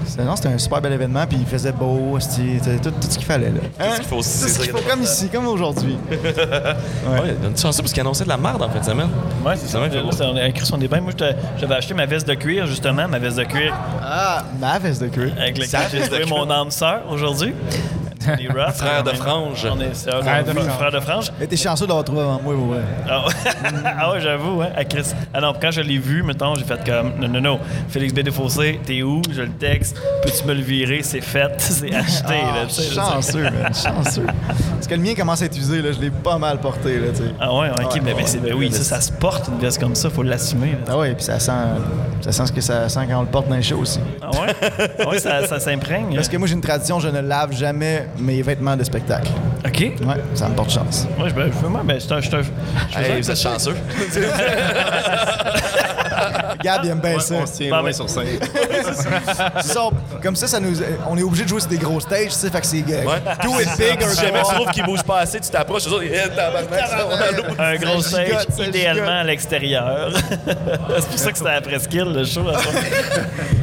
c'est- non, c'était un super bel événement, puis il faisait beau, c'était c'était tout, tout ce qu'il fallait. Là. ce qu'il faut aussi, Tout hein? c'est ce ça qu'il qui est faut, comme important. ici, comme aujourd'hui. Ouais, une chanceux parce qu'il annonçait de la merde en fin de semaine. Ouais, c'est ça. Ouais, Là, fait beau. c'est- on est- Chris, on est bien. Moi, j'étais- j'avais acheté ma veste de cuir, justement, ma veste de cuir Ah, ma veste de queue. avec laquelle Sa j'ai veste de trouvé cuir. mon âme sœur <laughs> aujourd'hui. Tony Ruff. Frère de frange. On est- c'est- Frère de frange. Frère de frange. Mais T'es chanceux de l'avoir trouvé avant moi, ouais. Ah ouais, <laughs> Ah ouais, j'avoue, hein, à Chris. Ah non, quand je l'ai vu, mettons, j'ai fait comme non, non, non, Félix B. Défossé, t'es où? Je le texte, peux-tu me le virer? C'est fait, <laughs> c'est acheté. là, tu sais, je veux dire. Ah, chanceux, man, chanceux. Parce que le mien commence à être usé, là, je l'ai pas mal porté, là, tu sais. Ah ouais, ok, Ouais, mais, ouais. c'est, ben oui, ça, ça se porte une veste comme ça, faut l'assumer. là. Ah ouais, puis ça sent, ça sent ce que ça sent quand on le porte dans les shows aussi. Ah ouais? Ah ouais, ça, ça s'imprègne. Parce que moi, j'ai une tradition, je ne lave jamais mes vêtements de spectacle. Ok. Ouais, ça me porte chance. Moi, je ben, je- moi, ben, c'est un. c'est un- je fais Hey, ça- vous êtes chanceux. Gab, il aime bien ça. On se tient Bah, loin ben- sur scène. <laughs> Ça, on- comme ça, ça nous, on est obligé de jouer sur des gros stages, tu sais, fait que c'est euh, do it big or Si jamais tu go trouves qu'il bouge pas assez, tu t'approches, tu dis, Eh, tabarnak, ça va aller au bout. <laughs> Un gros Ça gigote, stage, ça idéalement gigote. à l'extérieur. <laughs> c'est pour ça que c'était à Presqu'île, le show. à ce moment.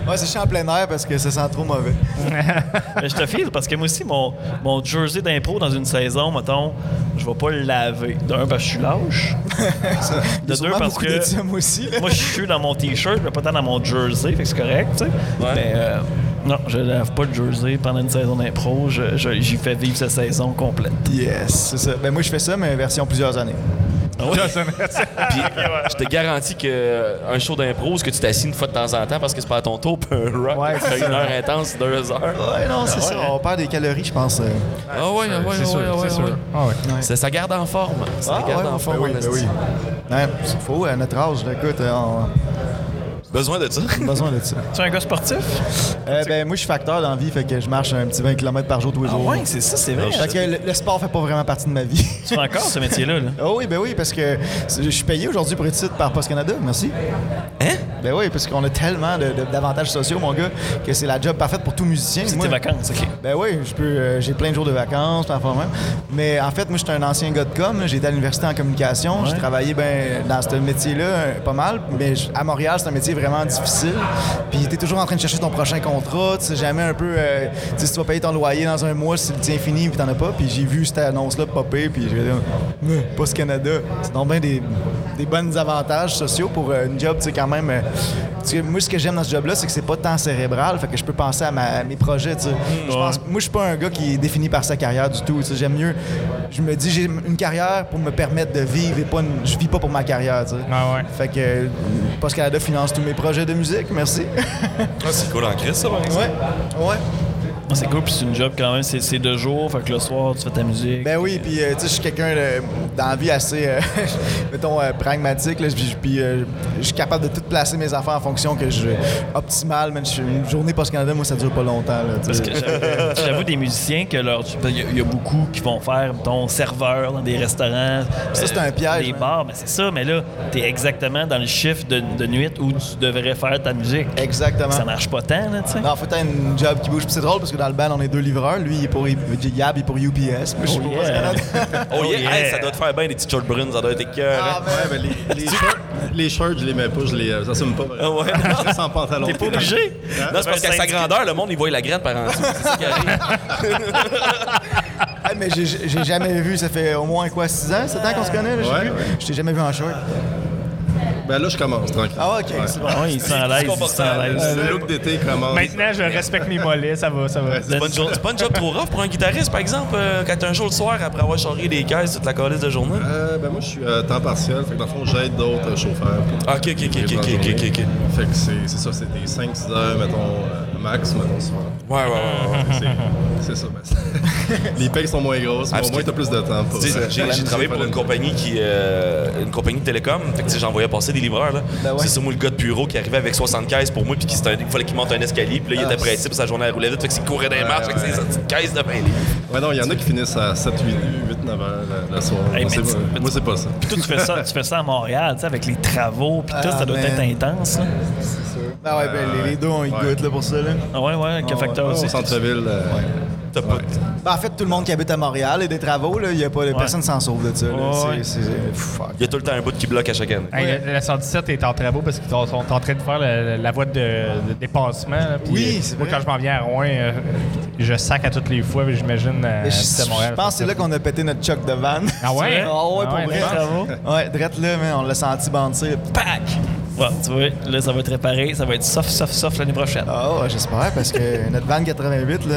on. Ouais, c'est chiant en plein air parce que ça sent trop mauvais. Mais je te file parce que moi aussi, mon, mon jersey d'impro dans une saison, mettons, je vais pas le laver. D'un, parce que je suis lâche. Il y a De deux, sûrement parce beaucoup que- d'étiums <laughs> aussi. là. Moi, je suis dans mon t-shirt, mais pas tant dans mon jersey, fait que c'est correct, tu sais. Mais euh, non, je lave pas le jersey pendant une saison d'impro. Je- je- J'y fais vivre cette saison complète. Yes, c'est ça. Ben moi, je fais ça, mais version plusieurs années. Puis, je te garantis qu'un show d'impro, ce que tu t'assis une fois de temps en temps parce que c'est pas à ton tour, puis un rock, Ouais, t'as c'est une ça. heure intense, deux heures. Ah Ouais, non, c'est ça. On perd des calories, je pense. euh. Ah ouais, ouais, ouais, ouais, ouais, ouais. Ah ouais. Ça, ça garde en forme. Ça Ah, garde ouais, en ben forme. oui, en ben esti. oui. Ouais, c'est faux, à notre âge, là, écoute, euh, <laughs> on Besoin de ça. a besoin de ça. Tu es un gars sportif? Euh, ben, moi, je suis facteur dans la vie, fait que je marche un petit 20 km par jour tous les jours. Ah ouais, c'est ça, c'est vrai. Fait que le, le sport fait pas vraiment partie de ma <laughs> vie. Tu fais encore ce métier-là, là. Ah oui, ben oui, parce que c'est- je suis payé aujourd'hui pour être titre par Post Canada, merci. Hein? Ben oui, parce qu'on a tellement de- de- d'avantages sociaux, mon gars, que c'est la job parfaite pour tout musicien. C'est Moi, tes vacances, ok. Ben oui, je peux, euh, j'ai plein de jours de vacances, plein de fois même. Mais en fait, moi, j'étais un ancien gars de com. là. J'étais à l'université en communication. J'ai travaillé ben, dans ce métier-là euh, pas mal. Mais j- à Montréal, c'est un métier vraiment difficile. Puis t'es toujours en train de chercher ton prochain contrat. Tu sais jamais un peu euh, tu sais, si tu vas payer ton loyer dans un mois, si le tien fini, puis t'en as pas. Puis j'ai vu cette annonce-là popper. Puis j'ai dit, Hum, pas ce Canada. C'est donc bien des, des bons avantages sociaux pour euh, une job, tu sais, quand même. euh, tu sais, moi, ce que j'aime dans ce job-là, c'est que c'est pas tant cérébral. Fait que je peux penser à, ma- à mes projets, tu sais. Je pense- moi, je suis pas un gars qui est défini par sa carrière du tout. tu sais. J'aime mieux. Je me dis, j'ai une carrière pour me permettre de vivre et pas une- je vis pas pour ma carrière. tu sais. Ah ouais. Fait que euh, Post Canada finance tous mes projets de musique. Merci. Ah, c'est cool en crise, ça, par exemple. ouais. Ouais. Ah, C'est cool, puis c'est une job quand même, c'est c'est deux jours, fait que le soir, tu fais ta musique. Ben oui, puis euh, tu sais, je suis quelqu'un euh, dans la vie assez, euh, <laughs> mettons, euh, pragmatique. là, Puis puis, euh, je suis capable de tout placer mes affaires en fonction que je optimale. Mais je suis- une journée post-Canada, moi, ça dure pas longtemps. là, tu sais. Parce que <laughs> j'avoue- J'avoue des musiciens que leur. ben, Il y, a- il y a beaucoup qui vont faire, mettons, serveur dans des restaurants. euh, Ça, c'est un piège, Des hein. bars, mais c'est ça, mais là, t'es exactement dans le chiffre de, de nuit où tu devrais faire ta musique. Exactement. Ça marche pas tant, là, tu <laughs> sais. Non, faut être une job qui bouge. Puis c'est drôle parce que dans le band, on est deux livreurs. Lui, il est pour Yab, il est pour UPS. Moi, je suis Oh, pour yeah. Post-Canada. Oh, yeah. yeah. Hey, ça doit te faire bien des petits short brunes, ça doit être écœurant. Ah, ben, <laughs> Ouais, ben, les, les shirts, les shirts, je les mets pas, je les euh, j'assume pas. Ah, ouais. Je reste en pantalon. T'es pas obligé. Non, c'est parce qu'à sa grandeur, le monde, il voit la graine par en dessous. C'est ça qui <laughs> arrive. Ah, mais j'ai j'ai jamais vu, ça fait au moins quoi, 6 ans, 7 ans qu'on se connaît? là, j'ai Ouais, vu. ouais. Je t'ai jamais vu en short. Ben là, je commence, tranquille. Ah, ok. Ouais. Euh, c'est bon. Ah ouais, il se sent à l'aise. Il se sent à l'aise. Euh, Le look d'été commence. Maintenant, je respecte mes mollets, ça va, ça va. C'est pas, une jour- c'est pas une job trop rough pour un guitariste, par exemple, euh, quand t'as un show le soir après avoir charrié des caisses toute la calice de journée. Euh, ben moi, je suis à temps partiel. Fait que dans le fond, j'aide d'autres euh, chauffeurs. pour- Ah, ok, ok, ok, ok, ok, ok, ok. Fait que c'est c'est ça, c'est des 5-6 heures, mettons, euh, max, mettons, souvent. Ouais, ouais, ouais. ouais. <laughs> C'est- C'est ça, ben, c'est- <laughs> Les payes sont moins grosses, Ah, mais parce au moins, que- t'as plus de temps pour Tu sais, euh, J'ai la j'ai musique, travaillé pour voilà. une compagnie qui euh, une compagnie de télécom, fait que tu sais, j'en voyais passer des livreurs là. Ben ouais. C'est ça moi le gars de bureau qui arrivait avec 75 pour moi puis qui c'était un- il fallait qu'il monte un escalier, puis là Ah, il était pressé, puis sa journée elle roulait vite, fait que s'il courait dans les marches, fait que c'est une petite caisse de 20 livres. Ouais, non, il y en a qui finissent à 7, 8, 8 9 heures euh, le soir. Moi, Hey, mais c'est tu- pas- mais moi, c'est pas ça. Puis toi, tu fais ça, tu fais ça à Montréal, tu sais, avec les travaux, puis tout, Ah, ça doit être man. intense. là. Ah ouais, ben, les, les deux, on y Ouais. goûte là, pour ça. Là. Ah ouais, ouais, quel facteur Au aussi. centre-ville, euh, t'as pas. Ben, en fait, tout le monde qui habite à Montréal et des travaux, là, il y a pas, personne s'en sauve de ça. là. Ouais. C'est- c'est- fuck. Il y a tout le temps un bout qui bloque à chaque année. Hey, le- La 117 est en travaux parce qu'ils sont sont en train de faire le- la voie de, de dépassement. là, puis, Oui, euh, c'est Moi, vrai. quand je m'en viens à Rouen, euh, je sac à toutes les fois, mais j'imagine. euh, Je, c'est à Montréal. je pense que c'est là qu'on a pété notre choc de van. Ah <laughs> ouais? Ah ouais, Ah pour ouais, vrai. je pense. Ouais, drette là, mais on l'a senti bandir. Pac! Ouais, tu vois, là, ça va être réparé, ça va être soft, soft, soft l'année prochaine. Ah ouais, j'espère, parce que notre van 88, là,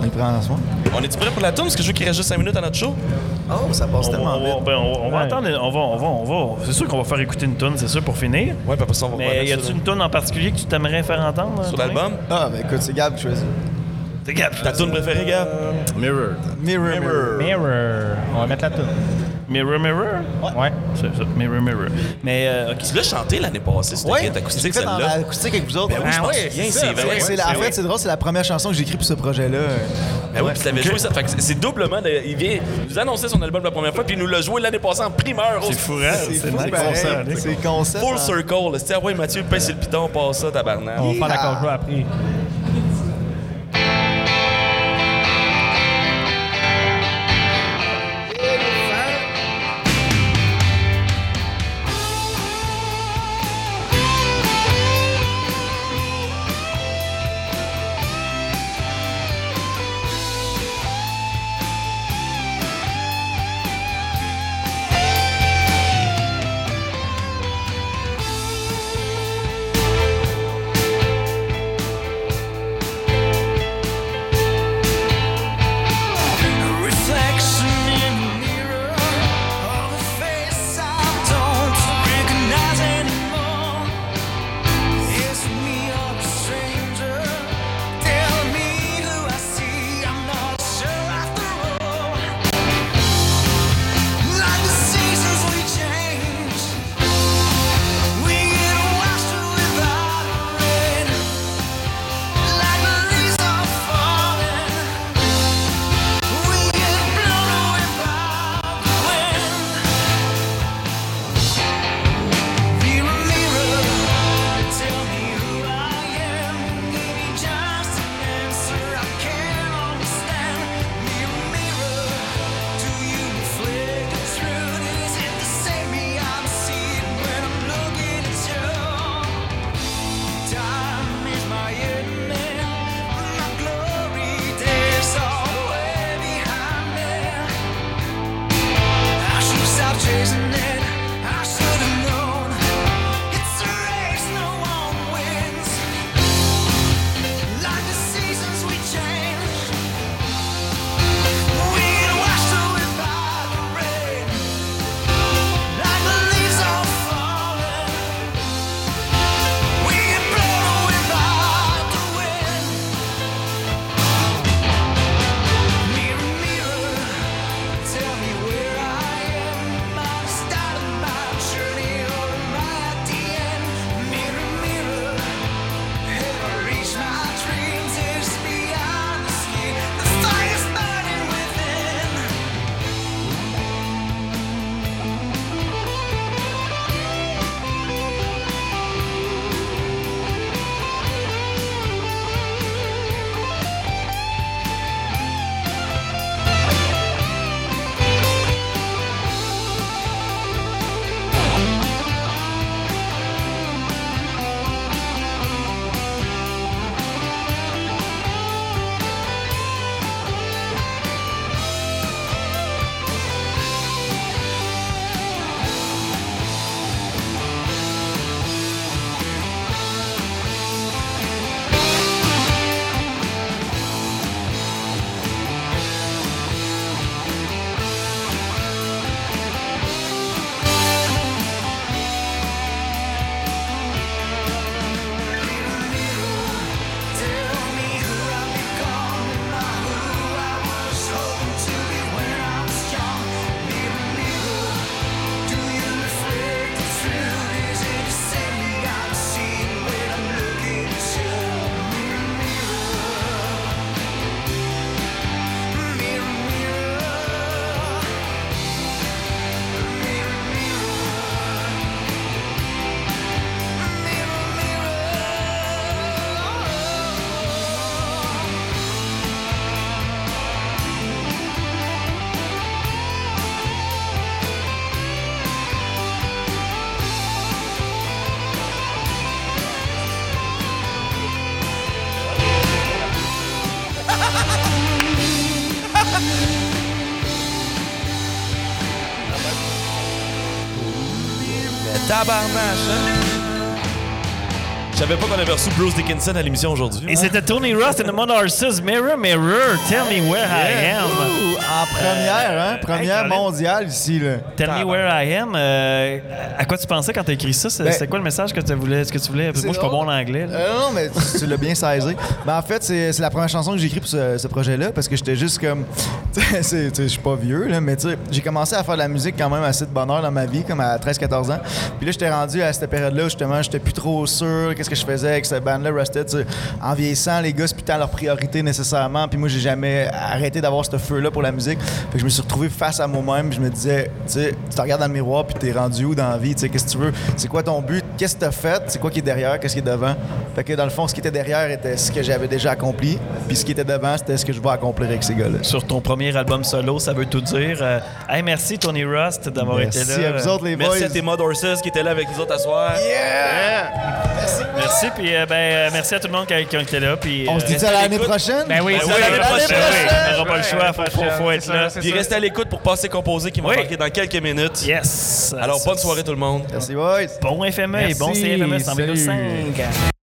on le prend en soin. On est-tu prêt pour la tourne? Parce que je veux qu'il reste juste 5 minutes à notre show. Oh, ça passe On va, tellement on vite. va- ben, on va- on va Ouais. attendre, on va, on va, on va. C'est sûr qu'on va faire écouter une tune, c'est sûr, pour finir. Ouais, puis après ça, on va Mais ben, revenir y sur- a-tu une tune en particulier que tu t'aimerais faire entendre sur Tony? l'album. Ah, ben écoute, c'est Gab qui choisit. T'es capable. Ta tune préférée, Gab? Mirror. Euh, Mirror, mirror. Mirror. On va mettre la toune. Mirror, mirror. Ouais. C'est ça, mirror, mirror. Mais euh, ok. Tu l'as chanté l'année passée, c'était Ouais, guette acoustique, j'ai fait en celle-là. acoustique avec vous autres. Ben oui, je Ah pense ouais, bien, c'est c'est ça, vrai. C'est la- en fait, c'est drôle, c'est la première chanson que j'ai écrite pour ce projet-là. Ben oui, puis tu l'avais joué, ça fait que c'est- c'est doublement. de- il vient nous annoncer son album la première fois, puis il nous l'a joué l'année passée en primeur. au- C'est fou, hein? C'est fou, c'est pareil. concert, hein? C'est concept. Full hein. circle, là. C'est-à-dire, ah ouais, Mathieu, pince sur le piton, passe ça, tabarnak. On va faire la conjo après. Thank Tabarnache, hein? Je savais pas qu'on avait reçu Bruce Dickinson à l'émission aujourd'hui. Et c'était Tony Ross and the Monarchs, Mirror, Mirror, Tell Me Where I Am. Ouh, en première, hein? Première Euh, hey, Colin. mondiale ici, là. Tell Me Where I Am. euh, à quoi tu pensais quand t'as écrit ça? C'est Ben- c'est quoi le message que tu voulais? Est-ce que tu voulais? Moi, je suis pas bon drôle. en anglais. là. Euh, non, mais tu, tu l'as bien <laughs> saisi. Ben, en fait, c'est c'est la première chanson que j'ai écrite pour ce, ce projet-là parce que j'étais juste comme. <laughs> tu sais, c'est- tu sais, Je suis pas vieux, là, mais tu sais, j'ai commencé à faire de la musique quand même assez de bonheur dans ma vie, comme à 13-14 ans. Puis là, j'étais rendu à cette période-là, où, justement, j'étais plus trop sûr qu'est-ce que je faisais avec cette bande-là, Rusted. tu sais. En vieillissant, les gars, c'est plus tant leur priorité nécessairement. Puis moi, j'ai jamais arrêté d'avoir ce feu-là pour la musique. Fait que je me suis retrouvé face à moi-même. puis Je me disais, tu sais, tu te regardes dans le miroir, puis t'es rendu où dans la vie? Tu sais, qu'est-ce que tu veux? C'est quoi ton but? Qu'est-ce que t'as fait? C'est quoi qui est derrière? Qu'est-ce qui est devant? Fait que dans le fond, ce qui était derrière était ce que j'avais déjà accompli. Puis ce qui était devant, c'était ce que je vais accomplir avec ces gars-là. Sur ton premier album solo, ça veut tout dire. Euh, hey, merci Tony Ross d'avoir été Merci là. à vous autres, les Merci boys. à tes Mud Horses qui étaient là avec nous autres à soir. Merci, puis euh, ben, euh, merci à tout le monde qui, qui était là. Puis, On euh, se dit à l'année écoute. prochaine? Ben oui, Ben c'est oui, ça, l'année l'année prochaine, prochaine. oui. On n'aura pas le choix, faut, faut, faut être C'est là. ça, c'est Puis ça. restez à l'écoute pour passer composer qui va Oui. manquer dans quelques minutes. Yes. Alors, bonne soirée tout le monde. Merci, boys. Bon FME et bon Merci, CFME salut. 100,5.